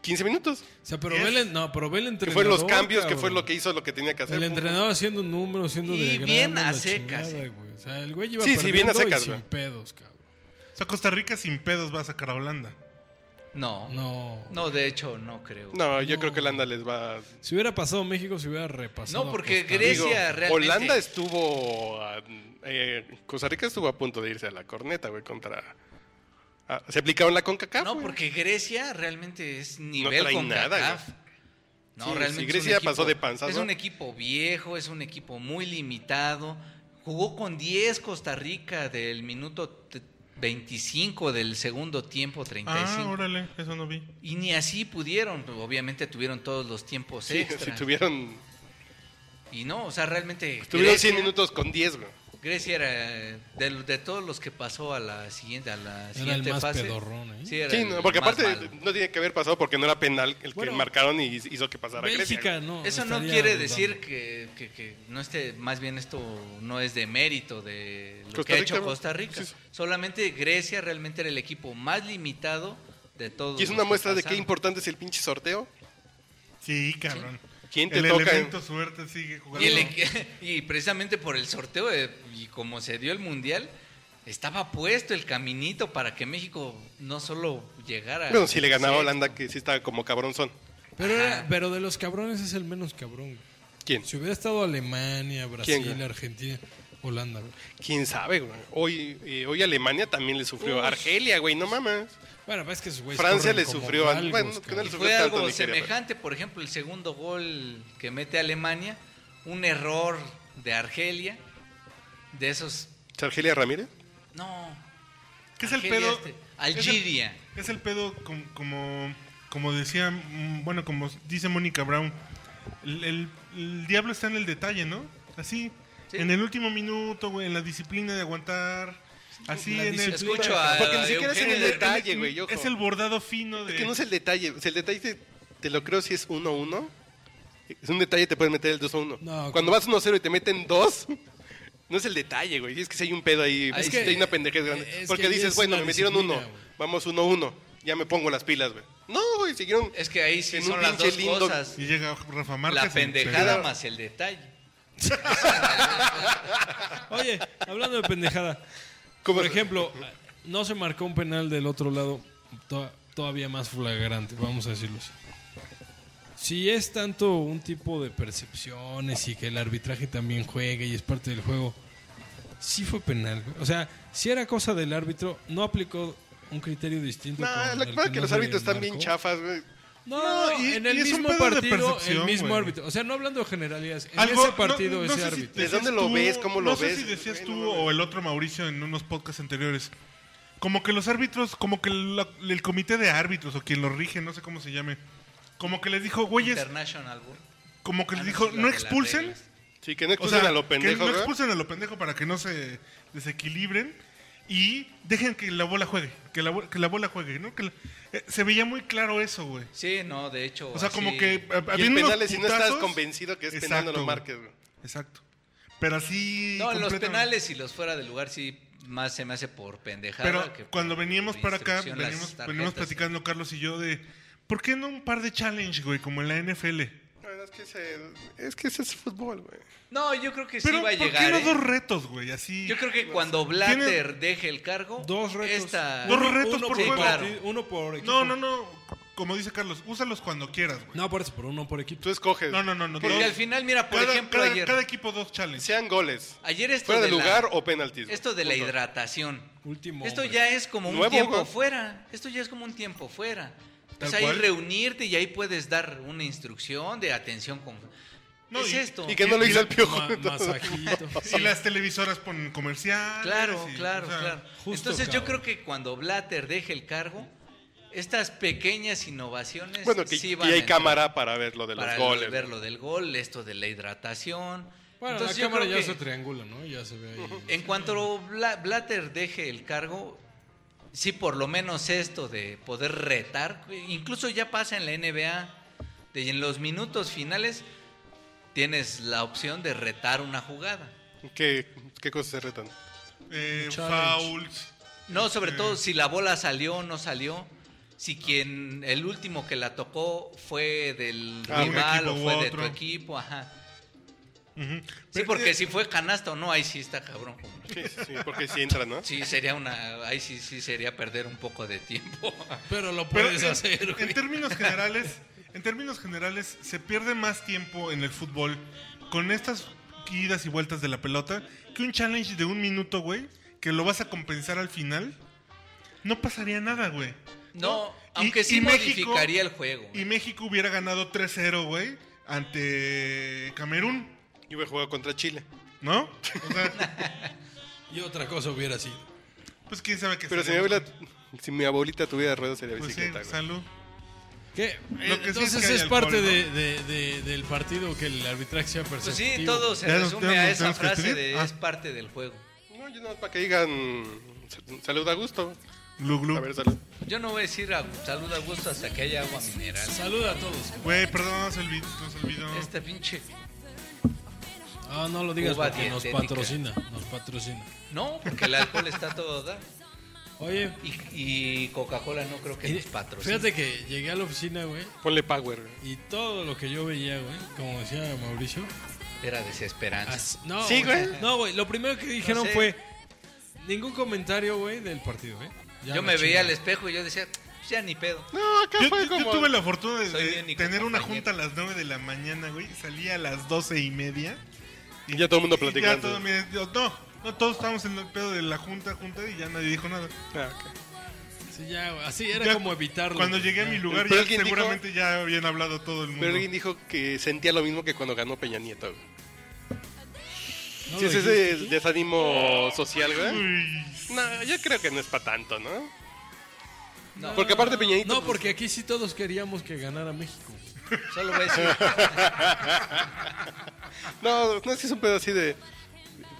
[SPEAKER 3] 15 minutos.
[SPEAKER 4] O sea, pero
[SPEAKER 1] es-
[SPEAKER 4] ve el, no, pero ve el
[SPEAKER 3] Que
[SPEAKER 4] entrenador.
[SPEAKER 3] fueron los cambios, que
[SPEAKER 4] cabrón.
[SPEAKER 3] fue lo que hizo lo que tenía que hacer.
[SPEAKER 4] El
[SPEAKER 3] Pum, pum.
[SPEAKER 4] entrenador haciendo un número, haciendo
[SPEAKER 2] Y
[SPEAKER 4] de
[SPEAKER 2] bien a
[SPEAKER 4] la
[SPEAKER 2] secas.
[SPEAKER 4] chingada, güey. O sea, el güey iba
[SPEAKER 3] Sí, sí, bien a
[SPEAKER 4] perdiendo y
[SPEAKER 3] secas,
[SPEAKER 4] sin
[SPEAKER 3] güey.
[SPEAKER 4] pedos, cabrón.
[SPEAKER 1] O sea, Costa Rica sin pedos va a sacar a Holanda.
[SPEAKER 2] No, no.
[SPEAKER 4] No.
[SPEAKER 2] de hecho no creo.
[SPEAKER 3] No, yo creo que Holanda les va.
[SPEAKER 4] Si hubiera pasado México, se hubiera repasado. pues,
[SPEAKER 2] No, porque
[SPEAKER 4] a Costa Rica.
[SPEAKER 2] Grecia- realmente-
[SPEAKER 3] Holanda estuvo. a- eh, Costa Rica estuvo a punto de irse a la corneta, güey, contra. ah, se aplicaron la CONCACAF.
[SPEAKER 2] No,
[SPEAKER 3] güey.
[SPEAKER 2] porque Grecia realmente es nivel
[SPEAKER 3] trae
[SPEAKER 2] con
[SPEAKER 3] nada,
[SPEAKER 2] CACAF.
[SPEAKER 3] güey.
[SPEAKER 2] No,
[SPEAKER 3] Sí, sí,
[SPEAKER 2] realmente. es un
[SPEAKER 3] Grecia pasó de panzazo.
[SPEAKER 2] Es un equipo viejo, es un equipo muy limitado. Jugó con 10 Costa Rica del minuto t- 25 del segundo tiempo, 35.
[SPEAKER 1] Ah, órale, eso no vi.
[SPEAKER 2] y ni así pudieron. pues, Obviamente tuvieron todos los tiempos
[SPEAKER 3] Sí,
[SPEAKER 2] extra.
[SPEAKER 3] si tuvieron.
[SPEAKER 2] Y no, o sea, realmente.
[SPEAKER 3] Tuvieron
[SPEAKER 2] Grecia-
[SPEAKER 3] 100 minutos con 10, güey.
[SPEAKER 2] Grecia era de, de todos los que pasó a la siguiente, a la
[SPEAKER 4] el
[SPEAKER 2] siguiente
[SPEAKER 4] más
[SPEAKER 2] fase.
[SPEAKER 4] pedorrón, ¿eh?
[SPEAKER 2] era
[SPEAKER 3] Sí,
[SPEAKER 2] el
[SPEAKER 3] no, porque
[SPEAKER 2] más
[SPEAKER 3] aparte
[SPEAKER 2] malo.
[SPEAKER 3] no tiene que haber pasado porque no era penal el que
[SPEAKER 4] Bueno,
[SPEAKER 3] marcaron y hizo que pasara Grecia.
[SPEAKER 4] Bélgica,
[SPEAKER 3] güey.
[SPEAKER 4] no.
[SPEAKER 2] Eso no
[SPEAKER 4] estaría
[SPEAKER 2] quiere
[SPEAKER 4] dudando.
[SPEAKER 2] decir que, que- que no esté, más bien esto no es de mérito de lo
[SPEAKER 3] Costa
[SPEAKER 2] que ha
[SPEAKER 3] Rica,
[SPEAKER 2] hecho
[SPEAKER 3] ¿no?
[SPEAKER 2] Costa Rica.
[SPEAKER 3] Sí, sí.
[SPEAKER 2] Solamente Grecia realmente era el equipo más limitado de todos.
[SPEAKER 3] Y es
[SPEAKER 2] los
[SPEAKER 3] una
[SPEAKER 2] que
[SPEAKER 3] muestra de qué
[SPEAKER 2] pasaron.
[SPEAKER 3] importante es el pinche sorteo.
[SPEAKER 1] Sí, cabrón.
[SPEAKER 3] ¿Quién te
[SPEAKER 1] el
[SPEAKER 3] toca?
[SPEAKER 1] elemento suerte sigue jugando.
[SPEAKER 2] Y, el equi- y precisamente por el sorteo de- y como se dio el mundial, estaba puesto el caminito para que México no solo llegara.
[SPEAKER 4] Ah,
[SPEAKER 3] Bueno, si le ganaba a
[SPEAKER 2] Sí.
[SPEAKER 3] Holanda, que sí estaba como cabronzón.
[SPEAKER 4] Pero, era-
[SPEAKER 2] Ajá.
[SPEAKER 4] pero de los cabrones es el menos cabrón. güey.
[SPEAKER 3] ¿Quién?
[SPEAKER 4] Si hubiera estado Alemania, Brasil,
[SPEAKER 3] ¿Quién, güey?
[SPEAKER 4] Argentina, Holanda. güey.
[SPEAKER 3] ¿Quién sabe, güey? Hoy, eh, hoy Alemania también le sufrió. Argelia, güey, no mames.
[SPEAKER 4] Bueno, pues es que esos güeyes
[SPEAKER 3] Francia
[SPEAKER 4] corren
[SPEAKER 3] le
[SPEAKER 4] como
[SPEAKER 3] sufrió a- bueno,
[SPEAKER 4] galgos,
[SPEAKER 3] que no le
[SPEAKER 4] cabrón.
[SPEAKER 3] sufrió.
[SPEAKER 2] Fue
[SPEAKER 3] tanto
[SPEAKER 2] algo
[SPEAKER 3] Nigeria, pero-
[SPEAKER 2] semejante, por ejemplo, el segundo gol que mete Alemania, un error de Argelia, de esos...
[SPEAKER 3] ¿Argelia Ramírez?
[SPEAKER 2] No.
[SPEAKER 1] ¿Qué es el
[SPEAKER 2] Argelia,
[SPEAKER 1] pedo?
[SPEAKER 2] este, Algeria.
[SPEAKER 1] Es el, es el pedo com- como, como decía, mm, bueno, como dice Mónica Brown, el, el- el diablo está en el detalle, ¿no? Así,
[SPEAKER 2] Sí.
[SPEAKER 1] en el último minuto, güey, en la disciplina de aguantar, así
[SPEAKER 4] La
[SPEAKER 1] en el...
[SPEAKER 4] disciplina.
[SPEAKER 2] Escucho a-
[SPEAKER 3] Porque ni siquiera es en el
[SPEAKER 2] Eugenio
[SPEAKER 1] Es-
[SPEAKER 3] detalle, güey. ojo.
[SPEAKER 1] Es el bordado fino de...
[SPEAKER 3] Es que no es el detalle. O sea, el detalle te, te lo creo si es 1-1. Es un detalle, te pueden meter el 2-1.
[SPEAKER 4] No,
[SPEAKER 3] Cuando vas 1-0 y te meten 2, no es el detalle, güey. Es que si hay un pedo ahí,
[SPEAKER 4] Ah, es
[SPEAKER 3] si
[SPEAKER 4] que-
[SPEAKER 3] hay una pendejez grande.
[SPEAKER 4] es que
[SPEAKER 3] Porque
[SPEAKER 4] ahí
[SPEAKER 3] dices,
[SPEAKER 4] es
[SPEAKER 3] bueno,
[SPEAKER 4] la
[SPEAKER 3] me metieron 1,
[SPEAKER 4] disciplina, güey.
[SPEAKER 3] vamos 1-1. Ya me pongo las pilas, güey. No, güey, siguieron.
[SPEAKER 2] Es que ahí sí
[SPEAKER 3] En un
[SPEAKER 2] son las
[SPEAKER 3] pinche
[SPEAKER 2] dos
[SPEAKER 3] lindo-
[SPEAKER 2] cosas.
[SPEAKER 1] Y llega Rafa Márquez.
[SPEAKER 2] La pendejada
[SPEAKER 1] se-
[SPEAKER 2] más el detalle.
[SPEAKER 4] Oye, hablando de pendejada.
[SPEAKER 3] ¿Cómo
[SPEAKER 4] Por
[SPEAKER 3] es?
[SPEAKER 4] ejemplo, no se marcó un penal del otro lado to- todavía más flagrante, vamos a decirlo así. Si es tanto un tipo de percepciones y que el arbitraje también juegue y es parte del juego, sí fue penal. güey. O sea, si era cosa del árbitro, no aplicó un criterio distinto.
[SPEAKER 3] No,
[SPEAKER 4] con
[SPEAKER 3] lo
[SPEAKER 4] el
[SPEAKER 3] que pasa es que
[SPEAKER 4] no
[SPEAKER 3] los
[SPEAKER 4] se
[SPEAKER 3] árbitros están bien
[SPEAKER 4] marcó.
[SPEAKER 3] chafas, güey.
[SPEAKER 4] No,
[SPEAKER 1] No, y-
[SPEAKER 4] en el
[SPEAKER 1] y es un
[SPEAKER 4] mismo
[SPEAKER 1] pedo de
[SPEAKER 4] partido, el
[SPEAKER 1] percepción,
[SPEAKER 4] mismo
[SPEAKER 1] güey.
[SPEAKER 4] árbitro. O sea, no hablando de generalidades, en
[SPEAKER 1] Algo-
[SPEAKER 4] ese partido,
[SPEAKER 1] no- no
[SPEAKER 4] ese
[SPEAKER 1] sé si
[SPEAKER 4] árbitro.
[SPEAKER 1] decías
[SPEAKER 3] ¿De dónde lo
[SPEAKER 1] tú-
[SPEAKER 3] ves? ¿Cómo lo
[SPEAKER 1] no sé
[SPEAKER 3] ves?
[SPEAKER 1] si decías
[SPEAKER 3] Güey,
[SPEAKER 1] tú
[SPEAKER 3] no mames.
[SPEAKER 1] o el otro Mauricio en unos podcasts anteriores. Como que los árbitros, como que la- el comité de árbitros o quien lo rige, no sé cómo se llame, como que les dijo, güeyes,
[SPEAKER 2] International. güey.
[SPEAKER 1] como que les
[SPEAKER 2] Ah,
[SPEAKER 1] dijo,
[SPEAKER 2] sí, la
[SPEAKER 1] no
[SPEAKER 2] de las
[SPEAKER 1] expulsen,
[SPEAKER 2] reglas.
[SPEAKER 3] Sí, que no
[SPEAKER 1] o
[SPEAKER 3] expulsen
[SPEAKER 1] sea,
[SPEAKER 3] a lo
[SPEAKER 1] que
[SPEAKER 3] pendejo,
[SPEAKER 1] no
[SPEAKER 3] güey.
[SPEAKER 1] expulsen a lo pendejo para que no se desequilibren y dejen que la bola juegue, que la, bo- que la bola juegue, ¿no? Que la- eh, se veía muy claro eso, güey.
[SPEAKER 2] Sí, no, de hecho.
[SPEAKER 1] O sea,
[SPEAKER 2] así-
[SPEAKER 1] como que... a-
[SPEAKER 3] Oh, Y en
[SPEAKER 1] habiendo unos
[SPEAKER 3] penales, si no estás
[SPEAKER 1] putazos-
[SPEAKER 3] convencido que es penal, no
[SPEAKER 1] Exacto,
[SPEAKER 3] lo
[SPEAKER 1] güey.
[SPEAKER 3] marques, güey.
[SPEAKER 1] Exacto. Pero así...
[SPEAKER 2] No, en los
[SPEAKER 1] completamente.
[SPEAKER 2] penales y los fuera de lugar sí más se me hace por pendejada.
[SPEAKER 1] Pero
[SPEAKER 2] que por
[SPEAKER 1] cuando veníamos para acá,
[SPEAKER 2] instrucción, las
[SPEAKER 1] veníamos,
[SPEAKER 2] tarjetas.
[SPEAKER 1] veníamos platicando Carlos y yo de, ¿por qué no un par de challenge, güey, como en la NFL?
[SPEAKER 3] No, es que ese es, que ese es fútbol, güey.
[SPEAKER 2] No, yo creo que sí
[SPEAKER 1] Pero
[SPEAKER 2] va a
[SPEAKER 1] ¿por
[SPEAKER 2] llegar.
[SPEAKER 1] qué no
[SPEAKER 2] ¿eh?
[SPEAKER 1] dos retos, güey? Así.
[SPEAKER 2] Yo creo que cuando Blatter deje el cargo,
[SPEAKER 4] Dos retos.
[SPEAKER 2] esta-
[SPEAKER 1] Dos retos
[SPEAKER 4] uno
[SPEAKER 1] por
[SPEAKER 2] juego.
[SPEAKER 4] partido,
[SPEAKER 2] Claro.
[SPEAKER 4] Uno por equipo.
[SPEAKER 1] No, no, no. como dice Carlos, úsalos cuando quieras, güey.
[SPEAKER 4] No, por eso, por uno por equipo.
[SPEAKER 3] Tú escoges.
[SPEAKER 1] No, no, no, no.
[SPEAKER 2] Porque
[SPEAKER 1] dos-
[SPEAKER 2] al final, mira, por
[SPEAKER 1] cada,
[SPEAKER 2] ejemplo,
[SPEAKER 1] cada-
[SPEAKER 2] ayer.
[SPEAKER 1] cada equipo dos challenges.
[SPEAKER 3] Sean goles.
[SPEAKER 2] Ayer esto
[SPEAKER 3] Fuera de,
[SPEAKER 2] la-
[SPEAKER 3] lugar o penaltis. güey.
[SPEAKER 2] Esto de la
[SPEAKER 3] Punto.
[SPEAKER 2] hidratación.
[SPEAKER 4] Último
[SPEAKER 2] Esto
[SPEAKER 4] hombre.
[SPEAKER 2] ya es como un
[SPEAKER 3] Nuevo,
[SPEAKER 2] tiempo
[SPEAKER 3] güey.
[SPEAKER 2] fuera. Esto ya es como un tiempo fuera.
[SPEAKER 1] Tal
[SPEAKER 2] Pues ahí
[SPEAKER 1] cual.
[SPEAKER 2] reunirte y ahí puedes dar una instrucción de atención con.
[SPEAKER 1] No,
[SPEAKER 2] es
[SPEAKER 1] y-
[SPEAKER 2] esto.
[SPEAKER 3] Y que no lo hizo el piojo.
[SPEAKER 4] Ma- masajito.
[SPEAKER 1] Y las televisoras ponen comercial.
[SPEAKER 2] Claro, claro, claro.
[SPEAKER 4] Justo,
[SPEAKER 2] Entonces yo
[SPEAKER 4] cabrón.
[SPEAKER 2] creo que cuando Blatter deje el cargo, estas pequeñas innovaciones
[SPEAKER 3] Bueno, que,
[SPEAKER 2] sí
[SPEAKER 3] y
[SPEAKER 2] van a
[SPEAKER 3] hay
[SPEAKER 2] entrar
[SPEAKER 3] cámara para ver lo de los
[SPEAKER 2] para
[SPEAKER 3] goles.
[SPEAKER 2] ver lo del gol, esto de la hidratación.
[SPEAKER 4] Bueno,
[SPEAKER 2] Entonces,
[SPEAKER 4] la
[SPEAKER 2] yo
[SPEAKER 4] cámara
[SPEAKER 2] creo
[SPEAKER 4] ya
[SPEAKER 2] que-
[SPEAKER 4] se triangula, ¿no? Ya se ve ahí.
[SPEAKER 2] En cuanto Bla- Blatter deje el cargo, sí, por lo menos esto de poder retar, incluso ya pasa en la NBA, de en los minutos finales tienes la opción de retar una jugada.
[SPEAKER 3] ¿Qué, ¿Qué cosas se retan?
[SPEAKER 1] Eh,
[SPEAKER 4] Challenge.
[SPEAKER 1] fouls.
[SPEAKER 2] No, sobre todo si la bola salió o no salió,
[SPEAKER 1] Ah.
[SPEAKER 2] si quien el último que la tocó fue del
[SPEAKER 1] Ah, un
[SPEAKER 2] rival o
[SPEAKER 1] equipo u
[SPEAKER 2] fue de tu
[SPEAKER 1] otro.
[SPEAKER 2] equipo, ajá.
[SPEAKER 1] Ujú.
[SPEAKER 2] Sí,
[SPEAKER 1] Pero-
[SPEAKER 2] porque
[SPEAKER 1] eh,
[SPEAKER 2] si fue canasta o no, ahí sí está cabrón.
[SPEAKER 3] Sí, sí, porque si entra, ¿no?
[SPEAKER 2] Sí, sería una, ahí sí, sí sería perder un poco de tiempo.
[SPEAKER 4] Pero eh, lo
[SPEAKER 1] pero
[SPEAKER 4] puedes
[SPEAKER 1] en-
[SPEAKER 4] hacer,
[SPEAKER 1] en,
[SPEAKER 4] güey.
[SPEAKER 1] términos generales, en términos generales, se pierde más tiempo en el fútbol con estas idas y vueltas de la pelota que un challenge de un minuto, güey, que lo vas a compensar al final. No pasaría nada, güey.
[SPEAKER 2] No,
[SPEAKER 1] Y-
[SPEAKER 2] aunque sí
[SPEAKER 1] y México-
[SPEAKER 2] modificaría el juego. eh.
[SPEAKER 1] Y México hubiera ganado 3-0, güey, ante Camerún,
[SPEAKER 3] Yo voy a jugar contra Chile.
[SPEAKER 1] ¿no? O sea,
[SPEAKER 4] Y otra cosa hubiera sido.
[SPEAKER 1] pues quién sabe qué
[SPEAKER 3] Pero si mi,
[SPEAKER 1] sería.
[SPEAKER 3] abuela, si mi abuelita tuviera ruedas sería
[SPEAKER 1] Pues sí,
[SPEAKER 3] bicicleta. güey.
[SPEAKER 1] salud.
[SPEAKER 4] ¿Qué?
[SPEAKER 1] Lo que sí es
[SPEAKER 4] Entonces es,
[SPEAKER 1] que hay
[SPEAKER 4] parte
[SPEAKER 1] alcohol,
[SPEAKER 4] de- de- de- del partido que el arbitraje sea
[SPEAKER 2] Pues sí,
[SPEAKER 4] perceptivo.
[SPEAKER 2] todo se
[SPEAKER 1] Ya nos-
[SPEAKER 2] resume
[SPEAKER 1] ya
[SPEAKER 2] a
[SPEAKER 1] nos
[SPEAKER 2] esa
[SPEAKER 1] tenemos que
[SPEAKER 2] frase
[SPEAKER 1] despedir.
[SPEAKER 2] de
[SPEAKER 1] Ah.
[SPEAKER 2] es parte del juego.
[SPEAKER 3] No, yo nada más para que digan sal- salud a gusto.
[SPEAKER 1] Glu, glu.
[SPEAKER 3] A ver, salud.
[SPEAKER 2] Yo no voy a decir a- salud a gusto hasta que haya agua mineral.
[SPEAKER 4] Saluda a todos.
[SPEAKER 1] Güey, perdón, se olvidó. Nos olvidó.
[SPEAKER 2] Este pinche.
[SPEAKER 4] Ah, no lo digas
[SPEAKER 2] Uva
[SPEAKER 4] porque nos
[SPEAKER 2] dietética.
[SPEAKER 4] patrocina. Nos patrocina.
[SPEAKER 2] No, porque el alcohol está a todo dar.
[SPEAKER 4] Oye,
[SPEAKER 2] Y, y Coca-Cola no creo que
[SPEAKER 4] y-
[SPEAKER 2] nos patrocine.
[SPEAKER 4] fíjate que llegué a la oficina, güey.
[SPEAKER 3] Ponle power. güey.
[SPEAKER 4] Y todo lo que yo veía, güey, como decía Mauricio.
[SPEAKER 2] Era desesperanza.
[SPEAKER 4] as- no,
[SPEAKER 3] Sí, güey.
[SPEAKER 4] No, güey. Lo primero que dijeron
[SPEAKER 2] sé.
[SPEAKER 4] fue ningún comentario, güey, del partido, güey. Ya
[SPEAKER 2] yo
[SPEAKER 4] la
[SPEAKER 2] me veía al
[SPEAKER 4] chingada.
[SPEAKER 2] espejo y yo decía, "Pues ya ni pedo.
[SPEAKER 3] No, acá
[SPEAKER 1] Yo,
[SPEAKER 3] fue
[SPEAKER 1] yo- yo
[SPEAKER 3] como...
[SPEAKER 1] tuve la fortuna de,
[SPEAKER 2] Soy
[SPEAKER 1] de
[SPEAKER 2] bien hijo
[SPEAKER 1] tener una
[SPEAKER 2] compañero.
[SPEAKER 1] junta a las 9 de la mañana, güey. Salí a las 12 y media.
[SPEAKER 3] Y ya todo el mundo
[SPEAKER 1] Y
[SPEAKER 3] platicando.
[SPEAKER 1] ya todo, me- yo- no, no, todos estábamos en el pedo de la junta, junta y ya nadie dijo nada.
[SPEAKER 3] Ah, ok.
[SPEAKER 4] Sí, ya, güey. Así era
[SPEAKER 1] Ya
[SPEAKER 4] como evitarlo.
[SPEAKER 1] Cuando
[SPEAKER 4] güey,
[SPEAKER 1] llegué a
[SPEAKER 4] ya.
[SPEAKER 1] mi lugar,
[SPEAKER 3] Pero
[SPEAKER 1] ya
[SPEAKER 3] alguien dijo-
[SPEAKER 1] seguramente ya habían hablado todo el mundo.
[SPEAKER 3] Pero alguien dijo que sentía lo mismo que cuando ganó Peña Nieto. güey.
[SPEAKER 4] No
[SPEAKER 3] Si
[SPEAKER 4] lo
[SPEAKER 3] es ese desánimo social, güey.
[SPEAKER 1] Uy,
[SPEAKER 3] No, yo creo que no es para tanto, ¿no?
[SPEAKER 2] No,
[SPEAKER 3] Porque aparte Peña Nieto...
[SPEAKER 4] No,
[SPEAKER 3] pues,
[SPEAKER 4] porque aquí sí todos queríamos que ganara México.
[SPEAKER 2] solo voy a decir,
[SPEAKER 3] No, no, sí es un pedo así de...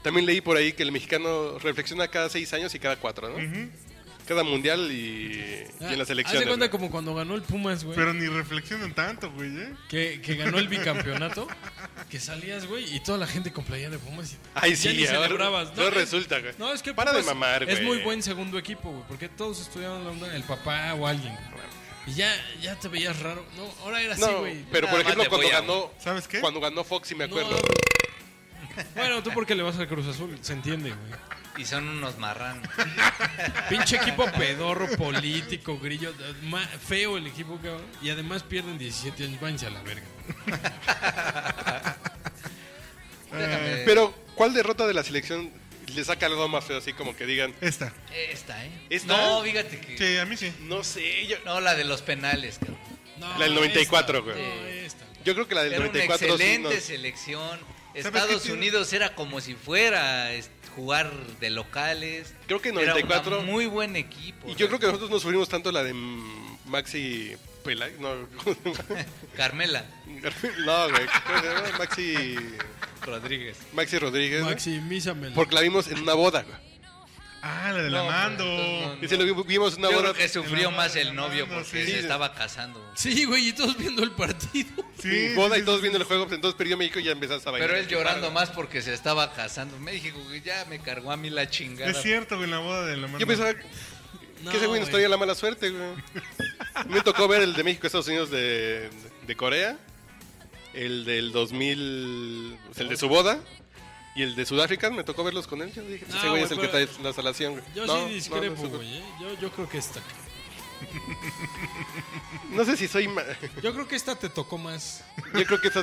[SPEAKER 3] También leí por ahí que el mexicano reflexiona cada seis años y cada cuatro, ¿no?
[SPEAKER 1] ujú.
[SPEAKER 3] Cada mundial y, y en las
[SPEAKER 4] Ah, Haz de
[SPEAKER 3] elecciones.
[SPEAKER 4] cuenta
[SPEAKER 3] güey.
[SPEAKER 4] como cuando ganó el Pumas, güey.
[SPEAKER 1] Pero ni reflexionan tanto, güey, ¿eh?
[SPEAKER 4] Que, que ganó el bicampeonato. Que salías, güey, y toda la gente con playera de Pumas. Y
[SPEAKER 3] Ay,
[SPEAKER 4] ya
[SPEAKER 3] sí,
[SPEAKER 4] ni
[SPEAKER 3] ahora-
[SPEAKER 4] celebrabas.
[SPEAKER 3] no
[SPEAKER 4] es-
[SPEAKER 3] resulta, güey.
[SPEAKER 4] No, es que
[SPEAKER 3] Para de
[SPEAKER 4] Pumas
[SPEAKER 3] mamar,
[SPEAKER 4] Es
[SPEAKER 3] güey.
[SPEAKER 4] muy buen segundo equipo, güey. Porque todos estudiaban la onda, el papá o alguien. güey. Y ya, ya te veías raro. No, ahora era así,
[SPEAKER 3] No,
[SPEAKER 4] güey.
[SPEAKER 3] pero por
[SPEAKER 2] Nada más
[SPEAKER 3] ejemplo
[SPEAKER 2] le
[SPEAKER 3] cuando
[SPEAKER 2] voy a-
[SPEAKER 3] ganó...
[SPEAKER 1] ¿Sabes qué?
[SPEAKER 3] Cuando ganó Foxy, me
[SPEAKER 4] No,
[SPEAKER 3] acuerdo.
[SPEAKER 4] no. Bueno, tú porque le vas al Cruz Azul, se entiende, güey.
[SPEAKER 2] y son unos marranos.
[SPEAKER 1] Eh,
[SPEAKER 4] Pinche equipo pedorro, político, grillo. ma- feo el equipo, cabrón. Y además pierden 17 años. Váyanse a la verga.
[SPEAKER 2] Déjame-
[SPEAKER 3] Pero, ¿cuál derrota de la selección le saca algo más feo? Así como que digan,
[SPEAKER 1] Esta.
[SPEAKER 2] Esta, ¿eh?
[SPEAKER 3] ¿Esta?
[SPEAKER 2] No, fíjate que...
[SPEAKER 1] Sí, a mí sí.
[SPEAKER 3] no sé, yo...
[SPEAKER 2] No, la de los penales, cabrón.
[SPEAKER 4] No,
[SPEAKER 3] La del 94,
[SPEAKER 4] esta,
[SPEAKER 3] güey.
[SPEAKER 4] no, esta.
[SPEAKER 3] Yo creo que la del
[SPEAKER 2] Era una
[SPEAKER 3] 94 sí, no.
[SPEAKER 2] excelente selección.
[SPEAKER 1] qué
[SPEAKER 2] Estados
[SPEAKER 1] tiene?
[SPEAKER 2] Unidos era como si fuera es- jugar de locales.
[SPEAKER 3] Creo que
[SPEAKER 2] Era
[SPEAKER 3] 94.
[SPEAKER 2] un muy buen equipo.
[SPEAKER 3] Y yo creo que nosotros nos sufrimos tanto la de mm, Maxi Pelay. No, ¿cómo se llama?
[SPEAKER 2] Carmela
[SPEAKER 3] no güey. ¿cómo se llama? Maxi,
[SPEAKER 2] Rodríguez.
[SPEAKER 3] Maxi Rodríguez. güey.
[SPEAKER 4] Maximízamelo.
[SPEAKER 3] Porque la vimos en una boda, güey.
[SPEAKER 1] Ah, la de la
[SPEAKER 2] No,
[SPEAKER 1] mando.
[SPEAKER 2] pero entonces
[SPEAKER 3] Y se lo vi- vimos en una
[SPEAKER 2] Yo
[SPEAKER 3] boda.
[SPEAKER 2] creo que sufrió
[SPEAKER 1] no,
[SPEAKER 2] más el
[SPEAKER 1] no,
[SPEAKER 2] novio
[SPEAKER 1] no,
[SPEAKER 2] porque
[SPEAKER 1] sí.
[SPEAKER 2] se estaba casando.
[SPEAKER 4] Sí, güey, y todos viendo el partido.
[SPEAKER 1] Sí, sí,
[SPEAKER 3] boda
[SPEAKER 1] sí,
[SPEAKER 3] y todos viendo el juego. pues, Entonces perdió México y ya empezaste a bailar.
[SPEAKER 2] Pero él llorando más porque se estaba casando. México, güey, ya me cargó a mí la chingada.
[SPEAKER 1] Es cierto, güey, la boda de la mando.
[SPEAKER 3] Yo pensaba que
[SPEAKER 4] No,
[SPEAKER 3] ese güey nos traía la mala suerte, güey. Me tocó ver el de México, Estados Unidos, de, de Corea. El del 2000, o sea, el de su boda. Y el de Sudáfrica, me tocó verlos con él. Yo dije,
[SPEAKER 4] No,
[SPEAKER 3] ese güey es
[SPEAKER 4] güey,
[SPEAKER 3] el que
[SPEAKER 4] pero-
[SPEAKER 3] trae la salación, güey.
[SPEAKER 4] Yo
[SPEAKER 3] No, no,
[SPEAKER 4] sí
[SPEAKER 3] no,
[SPEAKER 4] discrepo,
[SPEAKER 3] no,
[SPEAKER 4] güey. eh. yo, yo creo que esta.
[SPEAKER 3] No sé si soy. ma-
[SPEAKER 4] Yo creo que esta te tocó más.
[SPEAKER 3] Yo creo que eso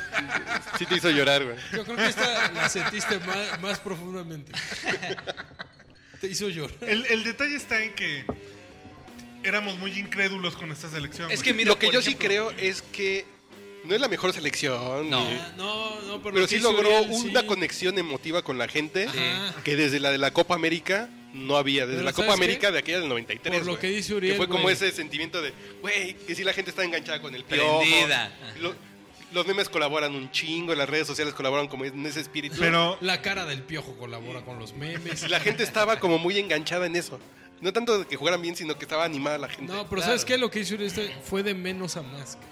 [SPEAKER 3] sí te hizo llorar, güey.
[SPEAKER 4] Yo creo que esta la sentiste más, más profundamente. Te hizo llorar.
[SPEAKER 1] El, el detalle está en que éramos muy incrédulos con esta selección.
[SPEAKER 2] Es
[SPEAKER 1] güey.
[SPEAKER 2] que mira,
[SPEAKER 3] Lo que
[SPEAKER 2] por
[SPEAKER 3] yo sí
[SPEAKER 2] ejemplo,
[SPEAKER 3] creo es que no es la mejor selección.
[SPEAKER 2] No.
[SPEAKER 3] ni-
[SPEAKER 4] Ah, No, no, pero,
[SPEAKER 3] Pero
[SPEAKER 4] lo
[SPEAKER 3] sí
[SPEAKER 4] que hizo
[SPEAKER 3] logró
[SPEAKER 4] él, sí.
[SPEAKER 3] una conexión emotiva con la gente
[SPEAKER 4] Ajá.
[SPEAKER 3] que desde la de la Copa América no había. Desde
[SPEAKER 4] Pero
[SPEAKER 3] la Copa
[SPEAKER 4] ¿sabes qué?
[SPEAKER 3] América de aquella del 93.
[SPEAKER 4] Por lo
[SPEAKER 3] güey.
[SPEAKER 4] que dice Uriel,
[SPEAKER 3] fue como
[SPEAKER 4] güey.
[SPEAKER 3] ese sentimiento de, güey, que si la gente está enganchada con el piojo.
[SPEAKER 2] Prendida.
[SPEAKER 3] Lo- los memes colaboran un chingo, las redes sociales colaboran como en ese espíritu.
[SPEAKER 1] Pero
[SPEAKER 4] La cara del piojo colabora con los memes.
[SPEAKER 3] Y la gente estaba como muy enganchada en eso. No tanto de que jugaran bien, sino que estaba animada la gente.
[SPEAKER 4] No, pero ¿sabes qué? Lo que hizo Uriel este fue de menos a más. cabrón.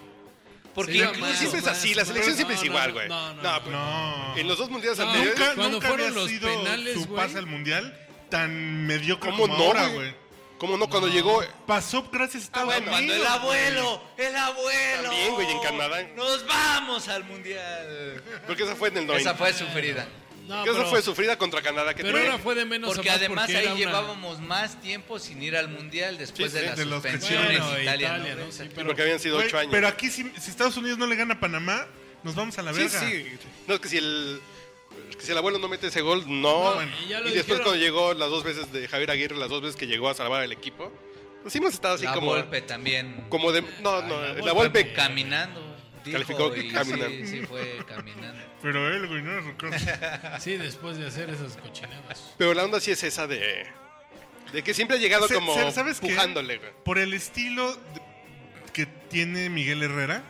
[SPEAKER 2] Porque
[SPEAKER 4] Sí,
[SPEAKER 2] incluso-
[SPEAKER 4] más,
[SPEAKER 3] siempre es
[SPEAKER 4] más,
[SPEAKER 3] así, la
[SPEAKER 4] más.
[SPEAKER 3] selección siempre es
[SPEAKER 4] No, no,
[SPEAKER 3] igual,
[SPEAKER 4] no,
[SPEAKER 3] güey.
[SPEAKER 4] No, no,
[SPEAKER 3] No,
[SPEAKER 4] no.
[SPEAKER 3] pero-
[SPEAKER 1] no.
[SPEAKER 3] En los dos mundiales
[SPEAKER 4] No,
[SPEAKER 3] anteriores,
[SPEAKER 1] Nunca,
[SPEAKER 4] Cuando
[SPEAKER 1] nunca
[SPEAKER 4] fueron
[SPEAKER 1] había
[SPEAKER 4] los
[SPEAKER 1] sido
[SPEAKER 4] penales,
[SPEAKER 1] su
[SPEAKER 4] güey.
[SPEAKER 1] pase al mundial tan mediocre
[SPEAKER 3] ¿cómo
[SPEAKER 1] como
[SPEAKER 3] no,
[SPEAKER 1] ahora,
[SPEAKER 3] güey?
[SPEAKER 1] güey.
[SPEAKER 3] ¿Cómo no? Cuando llegó
[SPEAKER 1] Pasó gracias a
[SPEAKER 2] Ah,
[SPEAKER 1] Estados
[SPEAKER 2] bueno, cuando el
[SPEAKER 1] Unidos,
[SPEAKER 2] abuelo, el abuelo.
[SPEAKER 3] También, güey, en Canadá.
[SPEAKER 2] Nos vamos al mundial.
[SPEAKER 3] Porque esa fue en el 90.
[SPEAKER 2] Esa fue sufrida.
[SPEAKER 4] No,
[SPEAKER 3] que esa
[SPEAKER 4] pero-
[SPEAKER 3] fue sufrida contra Canadá. Que
[SPEAKER 4] Pero
[SPEAKER 3] tiene-
[SPEAKER 4] ahora fue de menos
[SPEAKER 2] Porque
[SPEAKER 4] a más.
[SPEAKER 2] además
[SPEAKER 4] porque
[SPEAKER 2] ahí
[SPEAKER 4] era una-
[SPEAKER 2] llevábamos más tiempo sin ir al mundial después
[SPEAKER 3] Sí, sí,
[SPEAKER 2] de las
[SPEAKER 1] de los que
[SPEAKER 2] suspensiones.
[SPEAKER 1] sí.
[SPEAKER 4] Bueno,
[SPEAKER 2] Italia, ¿no?
[SPEAKER 4] Italia, ¿no? Sí,
[SPEAKER 2] Exacto.
[SPEAKER 4] pero-
[SPEAKER 3] Porque habían sido
[SPEAKER 1] güey,
[SPEAKER 3] ocho años.
[SPEAKER 1] Pero aquí, si, si Estados Unidos no le gana a Panamá, nos vamos a la
[SPEAKER 3] sí,
[SPEAKER 1] verga.
[SPEAKER 3] sí. No, es que si el, es que si el abuelo no mete ese gol, no.
[SPEAKER 4] No, bueno. Y
[SPEAKER 3] y
[SPEAKER 4] ya lo
[SPEAKER 3] después
[SPEAKER 4] dijeron.
[SPEAKER 3] cuando llegó las dos veces de Javier Aguirre, las dos veces que llegó a salvar al equipo, pues sí hemos estado así
[SPEAKER 2] la
[SPEAKER 3] como...
[SPEAKER 2] golpe también.
[SPEAKER 3] Como de... No, no, la
[SPEAKER 4] la Volpe.
[SPEAKER 3] golpe...
[SPEAKER 2] Caminando. dijo,
[SPEAKER 3] Calificó que
[SPEAKER 2] y
[SPEAKER 3] caminando.
[SPEAKER 2] Sí, sí fue caminando.
[SPEAKER 1] Pero él, güey, no recuerdo.
[SPEAKER 4] Sí, después de hacer esas cochinadas.
[SPEAKER 3] Pero la onda sí es esa de... De que siempre ha llegado
[SPEAKER 1] Se-
[SPEAKER 3] como
[SPEAKER 1] se- ¿sabes qué?
[SPEAKER 3] pujándole, güey.
[SPEAKER 1] Por el estilo de- que tiene Miguel Herrera,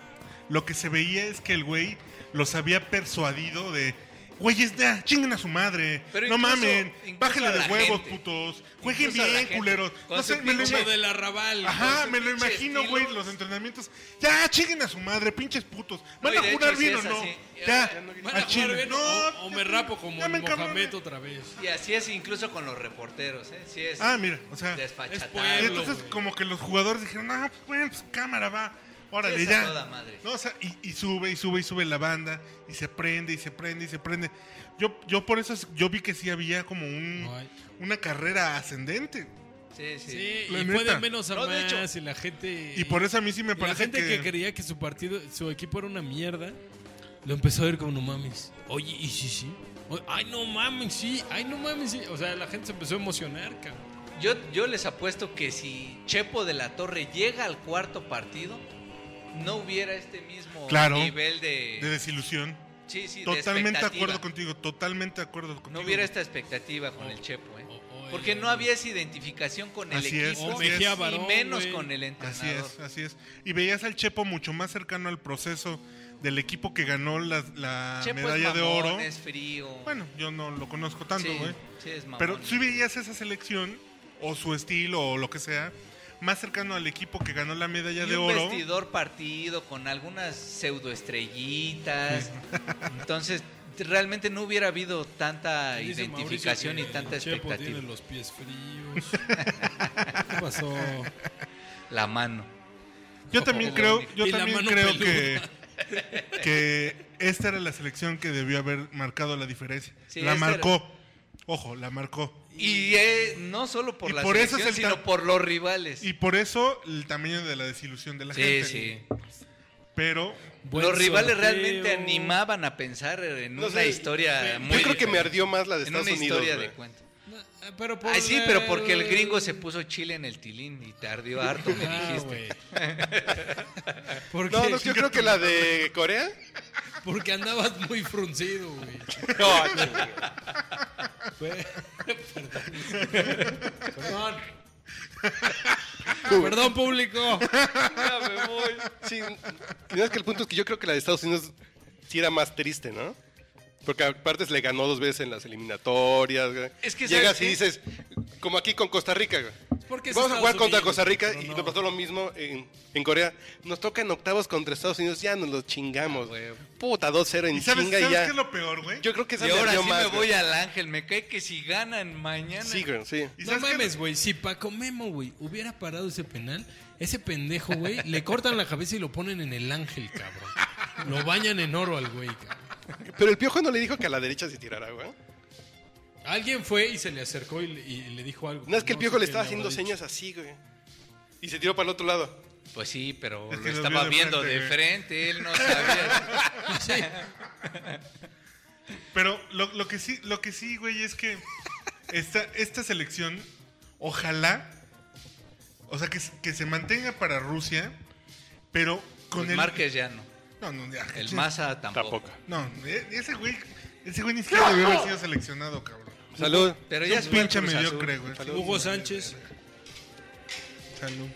[SPEAKER 1] lo que se veía es que el güey los había persuadido de. Güeyes, ya, chinguen a su madre.
[SPEAKER 2] Pero
[SPEAKER 1] no
[SPEAKER 2] incluso-
[SPEAKER 1] mamen.
[SPEAKER 2] incluso
[SPEAKER 1] Bájenle
[SPEAKER 2] a la
[SPEAKER 1] de huevos,
[SPEAKER 2] gente.
[SPEAKER 1] putos. Jueguen
[SPEAKER 2] Incluso a la
[SPEAKER 1] bien,
[SPEAKER 2] gente.
[SPEAKER 1] culeros.
[SPEAKER 2] Con
[SPEAKER 1] No
[SPEAKER 2] su
[SPEAKER 1] sé, me lo
[SPEAKER 2] pinche
[SPEAKER 1] imag-
[SPEAKER 4] Como del arrabal.
[SPEAKER 1] Ajá,
[SPEAKER 2] su
[SPEAKER 1] me lo
[SPEAKER 2] pinche
[SPEAKER 1] imagino,
[SPEAKER 2] estilo.
[SPEAKER 1] güey, los entrenamientos. Ya, chinguen a su madre, pinches putos. ¿Van
[SPEAKER 2] No, y
[SPEAKER 1] a
[SPEAKER 2] de
[SPEAKER 1] jugar
[SPEAKER 2] hecho,
[SPEAKER 1] bien
[SPEAKER 2] sí
[SPEAKER 1] o
[SPEAKER 2] es
[SPEAKER 1] no?
[SPEAKER 2] así.
[SPEAKER 1] Ya,
[SPEAKER 2] Ya,
[SPEAKER 4] Van a
[SPEAKER 1] a
[SPEAKER 4] jugar
[SPEAKER 1] chingar.
[SPEAKER 4] bien, o, o me rapo como
[SPEAKER 1] ya me
[SPEAKER 4] el
[SPEAKER 1] encabroné.
[SPEAKER 4] Mohamed otra vez.
[SPEAKER 2] Y así es incluso con los reporteros, ¿eh? Sí es
[SPEAKER 1] Ah, mira, o sea.
[SPEAKER 4] es
[SPEAKER 2] despachatado.
[SPEAKER 1] Y
[SPEAKER 4] pueblo.
[SPEAKER 1] entonces
[SPEAKER 4] güey.
[SPEAKER 1] como que los jugadores dijeron, ah, pues, bueno, pues cámara va, órale,
[SPEAKER 2] Sí, es a
[SPEAKER 1] ya.
[SPEAKER 2] toda madre.
[SPEAKER 1] No, o sea, y, y sube y sube y sube la banda, y se prende y se prende y se prende. Yo, yo por eso es- yo vi que sí había como un,
[SPEAKER 4] No hay.
[SPEAKER 1] una carrera ascendente.
[SPEAKER 2] Sí, sí.
[SPEAKER 4] Sí,
[SPEAKER 1] La
[SPEAKER 4] y fue
[SPEAKER 1] neta.
[SPEAKER 4] de menos a
[SPEAKER 2] No, de
[SPEAKER 4] más.
[SPEAKER 2] hecho.
[SPEAKER 4] y la gente.
[SPEAKER 1] Y por eso a mí sí me
[SPEAKER 4] la
[SPEAKER 1] parece
[SPEAKER 4] gente que... creía que su partido, su equipo era una mierda, lo empezó a ver como no mames. Oye, y sí, sí. O- Ay, no mames, sí. Ay, no mames, sí. O sea, la gente se empezó a emocionar, cabrón.
[SPEAKER 2] Yo, yo les apuesto que si Chepo de la Torre llega al cuarto partido, no hubiera este mismo
[SPEAKER 1] Claro.
[SPEAKER 2] nivel de...
[SPEAKER 1] de desilusión.
[SPEAKER 2] sí, sí, de
[SPEAKER 1] Totalmente de
[SPEAKER 2] expectativa.
[SPEAKER 1] acuerdo contigo, totalmente de acuerdo contigo. Oh,
[SPEAKER 2] No hubiera este
[SPEAKER 1] güey.
[SPEAKER 2] esta expectativa con el Chepo, ¿eh?
[SPEAKER 4] o- o
[SPEAKER 2] Porque
[SPEAKER 4] el-
[SPEAKER 2] no había esa identificación con el
[SPEAKER 1] Así es, así
[SPEAKER 2] equipo
[SPEAKER 1] es. O Mejía
[SPEAKER 4] Barón,
[SPEAKER 2] y menos
[SPEAKER 4] güey.
[SPEAKER 2] con el
[SPEAKER 1] Así
[SPEAKER 2] entrenador.
[SPEAKER 1] es, así es. Y veías al Chepo mucho más cercano al proceso del equipo que ganó la, la
[SPEAKER 2] Chepo
[SPEAKER 1] Ah, medalla
[SPEAKER 2] es mamón,
[SPEAKER 1] de oro.
[SPEAKER 2] es frío.
[SPEAKER 1] Bueno, yo no lo conozco tanto,
[SPEAKER 2] sí,
[SPEAKER 1] güey.
[SPEAKER 2] sí es mamón.
[SPEAKER 1] Pero si veías esa selección, o su estilo, o lo que sea, más cercano al equipo que ganó la medalla
[SPEAKER 2] Y
[SPEAKER 1] de
[SPEAKER 2] un
[SPEAKER 1] oro.
[SPEAKER 2] vestidor partido con algunas pseudoestrellitas. Entonces, realmente no hubiera habido tanta
[SPEAKER 4] Dice
[SPEAKER 2] identificación y
[SPEAKER 4] Mauricio que
[SPEAKER 2] tanta
[SPEAKER 4] el Chepo
[SPEAKER 2] expectativa.
[SPEAKER 4] tiene los pies fríos. ¿Qué pasó?
[SPEAKER 2] La mano.
[SPEAKER 1] Yo también
[SPEAKER 2] Y
[SPEAKER 1] creo, yo
[SPEAKER 4] la
[SPEAKER 1] también
[SPEAKER 4] mano
[SPEAKER 1] creo
[SPEAKER 4] peluda.
[SPEAKER 1] que, que esta era la selección que debió haber marcado la diferencia.
[SPEAKER 2] Sí,
[SPEAKER 1] la
[SPEAKER 2] esta era.
[SPEAKER 1] marcó. Ojo, la marcó.
[SPEAKER 2] Y eh, no solo por
[SPEAKER 1] Y
[SPEAKER 2] la
[SPEAKER 1] por eso es
[SPEAKER 2] selección,
[SPEAKER 1] el
[SPEAKER 2] sino
[SPEAKER 1] tan-
[SPEAKER 2] por los rivales.
[SPEAKER 1] Y por eso el tamaño de la desilusión de la
[SPEAKER 2] sí,
[SPEAKER 1] gente.
[SPEAKER 2] sí.
[SPEAKER 1] Pero
[SPEAKER 4] Buen
[SPEAKER 2] los rivales
[SPEAKER 4] sorteo.
[SPEAKER 2] realmente animaban a pensar en
[SPEAKER 3] No
[SPEAKER 2] una
[SPEAKER 3] sé,
[SPEAKER 2] historia muy
[SPEAKER 3] Yo creo que me
[SPEAKER 2] diferente,
[SPEAKER 3] ardió más la de
[SPEAKER 2] en una
[SPEAKER 3] Estados Unidos,
[SPEAKER 2] historia
[SPEAKER 3] güey.
[SPEAKER 2] de cuento.
[SPEAKER 4] No, eh, Pero por
[SPEAKER 2] Ay, Ah, sí, pero
[SPEAKER 4] el-
[SPEAKER 2] porque el gringo se puso chile en el tilín y tardió harto, me
[SPEAKER 4] Ah,
[SPEAKER 2] dijiste.
[SPEAKER 4] güey. Porque,
[SPEAKER 3] No, no, yo creo que la de Corea.
[SPEAKER 4] porque andabas muy fruncido, güey.
[SPEAKER 3] No, no,
[SPEAKER 4] Fue- Perdón. Perdón. Perdón, público.
[SPEAKER 3] Sí, no, es que el punto es que yo creo que la de Estados Unidos sí era más triste, ¿no? Porque aparte se le ganó dos veces en las eliminatorias. güey.
[SPEAKER 2] Es que, ¿sabes
[SPEAKER 3] llegas y
[SPEAKER 2] qué?
[SPEAKER 3] dices, como aquí con Costa Rica. güey.
[SPEAKER 4] porque es
[SPEAKER 3] Vamos a
[SPEAKER 4] Estados
[SPEAKER 3] jugar contra
[SPEAKER 4] Unidos,
[SPEAKER 3] Costa Rica
[SPEAKER 4] pero
[SPEAKER 3] y
[SPEAKER 4] no.
[SPEAKER 3] nos pasó lo mismo en, en Corea. Nos toca en octavos contra Estados Unidos, ya nos los chingamos. Puta, 2-0 en
[SPEAKER 1] ¿y sabes,
[SPEAKER 3] chinga y
[SPEAKER 1] ¿sabes
[SPEAKER 3] ya.
[SPEAKER 1] qué es lo peor, güey?
[SPEAKER 3] Yo creo que esa
[SPEAKER 2] Ah, Y
[SPEAKER 3] me
[SPEAKER 2] ahora
[SPEAKER 3] ardió
[SPEAKER 2] sí
[SPEAKER 3] más,
[SPEAKER 2] me
[SPEAKER 3] güey.
[SPEAKER 2] voy al ángel. Me cae que si ganan mañana.
[SPEAKER 3] Sí, güey, sí.
[SPEAKER 1] ¿Y sabes
[SPEAKER 4] No
[SPEAKER 1] qué es lo-
[SPEAKER 4] mames, güey. Si Paco Memo, güey, hubiera parado ese penal, ese pendejo, güey, le cortan la cabeza y lo ponen en el ángel, cabrón. Lo bañan en oro al güey, cabrón.
[SPEAKER 3] Pero el piojo no le dijo que a la derecha se tirara, güey.
[SPEAKER 4] Alguien fue y se le acercó y le, y le dijo algo.
[SPEAKER 3] No es que el piojo
[SPEAKER 4] sé
[SPEAKER 3] le
[SPEAKER 4] quién
[SPEAKER 3] estaba
[SPEAKER 4] habrá
[SPEAKER 3] haciendo
[SPEAKER 4] dicho.
[SPEAKER 3] señas así, güey. Y se tiró para el otro lado.
[SPEAKER 2] Pues sí, pero
[SPEAKER 1] Es
[SPEAKER 2] lo
[SPEAKER 1] que los
[SPEAKER 2] estaba
[SPEAKER 1] vio de
[SPEAKER 2] viendo
[SPEAKER 1] frente,
[SPEAKER 2] de
[SPEAKER 1] güey.
[SPEAKER 2] frente, él no sabía.
[SPEAKER 1] Pero lo, lo que sí, lo que sí, güey, es que esta, esta selección, ojalá, o sea, que, s- que se mantenga para Rusia, pero con
[SPEAKER 2] Pues
[SPEAKER 1] el...
[SPEAKER 2] Márquez ya no.
[SPEAKER 1] No, no, ya,
[SPEAKER 2] El
[SPEAKER 1] sí.
[SPEAKER 2] Maza tampoco.
[SPEAKER 7] Tampoco.
[SPEAKER 1] No, e- ese güey, ese güey ni siquiera debió haber sido seleccionado, cabrón.
[SPEAKER 3] Salud.
[SPEAKER 2] Pero
[SPEAKER 1] Es
[SPEAKER 2] ya
[SPEAKER 1] un
[SPEAKER 2] es
[SPEAKER 1] pinche mediocre, güey.
[SPEAKER 4] Hugo Sánchez.
[SPEAKER 1] Salud.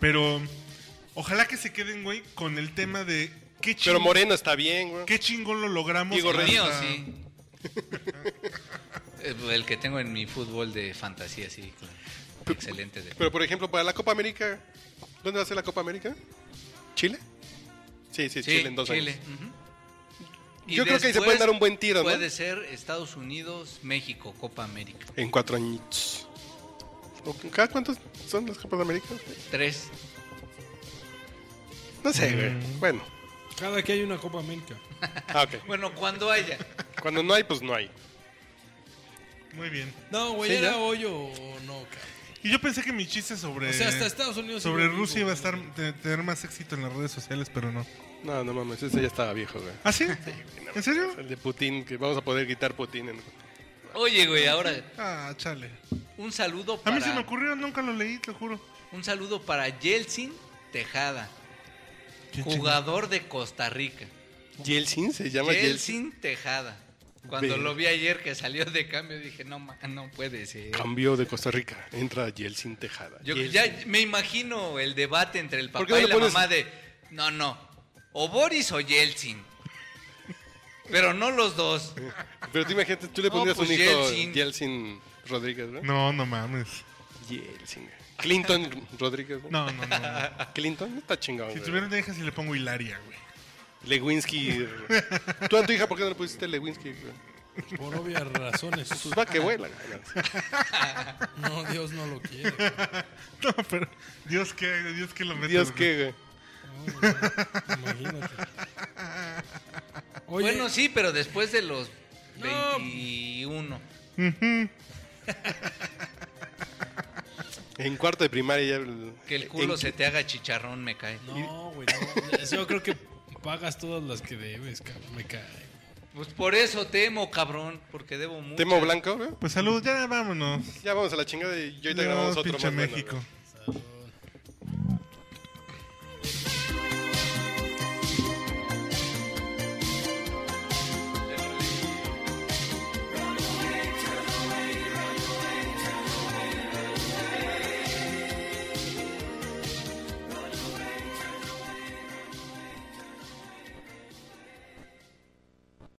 [SPEAKER 1] Pero ojalá que se queden, güey, con el tema de qué
[SPEAKER 3] Pero
[SPEAKER 1] chingón,
[SPEAKER 3] Moreno está bien, güey.
[SPEAKER 1] qué chingón lo logramos.
[SPEAKER 3] Diego
[SPEAKER 1] hasta-
[SPEAKER 3] Reyes.
[SPEAKER 2] mío, sí. Eh, El que tengo en mi fútbol de fantasía, sí. claro. Excelente. de-
[SPEAKER 3] Pero por ejemplo, para la Copa América, ¿dónde va a ser la Copa América? ¿Chile? Sí, sí,
[SPEAKER 2] Sí,
[SPEAKER 3] Chile en dos
[SPEAKER 2] Chile,
[SPEAKER 3] años.
[SPEAKER 2] ujú.
[SPEAKER 3] Yo creo que ahí se pueden dar un buen tiro, ¿no?
[SPEAKER 2] Puede ser Estados Unidos, México, Copa América.
[SPEAKER 3] En cuatro añitos. ¿O ¿Cada cuántos son las Copas Américas?
[SPEAKER 2] Tres.
[SPEAKER 3] No sé,
[SPEAKER 2] Mm.
[SPEAKER 3] güey. Bueno,
[SPEAKER 4] Cada que hay una Copa América.
[SPEAKER 3] ah, ok.
[SPEAKER 2] Bueno, cuando haya.
[SPEAKER 3] Cuando no hay, pues no hay.
[SPEAKER 1] Muy bien.
[SPEAKER 4] No, güey,
[SPEAKER 3] Sí,
[SPEAKER 4] ¿era
[SPEAKER 3] ya.
[SPEAKER 4] hoyo o no, cabrón?
[SPEAKER 1] Y yo pensé que mi chiste sobre.
[SPEAKER 4] O sea, hasta Estados Unidos
[SPEAKER 1] Sobre
[SPEAKER 4] iba vivo,
[SPEAKER 1] Rusia iba a
[SPEAKER 4] güey.
[SPEAKER 1] estar, te- tener más éxito en las redes sociales, pero no.
[SPEAKER 3] No, no mames, ese ya estaba viejo, güey.
[SPEAKER 1] ¿Ah, sí? ¿En serio?
[SPEAKER 3] El de Putin, que vamos a poder quitar Putin. En...
[SPEAKER 2] Oye, güey, ahora
[SPEAKER 1] Ah, chale.
[SPEAKER 2] un saludo
[SPEAKER 1] A
[SPEAKER 2] para
[SPEAKER 1] mí se me ocurrió, nunca lo leí, te lo juro.
[SPEAKER 2] un saludo para Yeltsin Tejada,
[SPEAKER 1] ¿Quién
[SPEAKER 2] jugador de Costa Rica.
[SPEAKER 3] Yeltsin se llama Yeltsin.
[SPEAKER 2] Yeltsin Tejada. Cuando
[SPEAKER 3] Ve.
[SPEAKER 2] lo vi ayer que salió de cambio dije, "No, ma- no puede ser."
[SPEAKER 3] Cambio de Costa Rica. Entra Yeltsin Tejada.
[SPEAKER 2] Yo
[SPEAKER 3] Yeltsin.
[SPEAKER 2] ya me imagino el debate entre el
[SPEAKER 3] ¿Por qué
[SPEAKER 2] papá
[SPEAKER 3] no
[SPEAKER 2] y
[SPEAKER 3] le
[SPEAKER 2] la
[SPEAKER 3] pones-
[SPEAKER 2] mamá de, no, no, o Boris o Yeltsin. Pero no los dos.
[SPEAKER 3] Pero tú imagínate, tú le
[SPEAKER 2] No,
[SPEAKER 3] pondrías
[SPEAKER 2] pues
[SPEAKER 3] un hijo
[SPEAKER 2] Yeltsin.
[SPEAKER 3] Yeltsin, Rodríguez, ¿no?
[SPEAKER 1] No, no mames.
[SPEAKER 3] Yeltsin. güey. Clinton Rodríguez, ¿no?
[SPEAKER 1] No,
[SPEAKER 3] Ah,
[SPEAKER 1] no, no. no.
[SPEAKER 3] Clinton está chingón,
[SPEAKER 1] Si
[SPEAKER 3] güey.
[SPEAKER 1] tuviera una hija, sí le pongo Hilaria, güey.
[SPEAKER 3] Lewinsky. Tú a tu hija, ¿por qué no le pusiste Lewinsky? güey?
[SPEAKER 4] Por obvias razones.
[SPEAKER 3] Pues va que vuela. güey.
[SPEAKER 4] No, Dios no lo quiere. güey.
[SPEAKER 1] No, pero. Dios que, Dios que lo meta.
[SPEAKER 3] Dios
[SPEAKER 1] güey.
[SPEAKER 3] que, güey.
[SPEAKER 4] No, güey, Imagínate. Oye,
[SPEAKER 2] Bueno, sí, pero después de los
[SPEAKER 4] No.
[SPEAKER 2] 21.
[SPEAKER 3] En cuarto de primaria ya. el-
[SPEAKER 2] Que el culo
[SPEAKER 3] en-
[SPEAKER 2] se te haga chicharrón, me cae.
[SPEAKER 4] No, güey, no. Yo creo que pagas todas las que debes, cabrón. Me cae.
[SPEAKER 2] Pues por eso temo, cabrón, porque debo mucho.
[SPEAKER 3] Temo Blanco, güey.
[SPEAKER 1] Pues salud, ya vámonos.
[SPEAKER 3] Ya vamos a la chingada y yo ahorita
[SPEAKER 1] Dios,
[SPEAKER 3] grabamos otro
[SPEAKER 1] pinche
[SPEAKER 3] más. bueno,
[SPEAKER 1] México.
[SPEAKER 3] güey.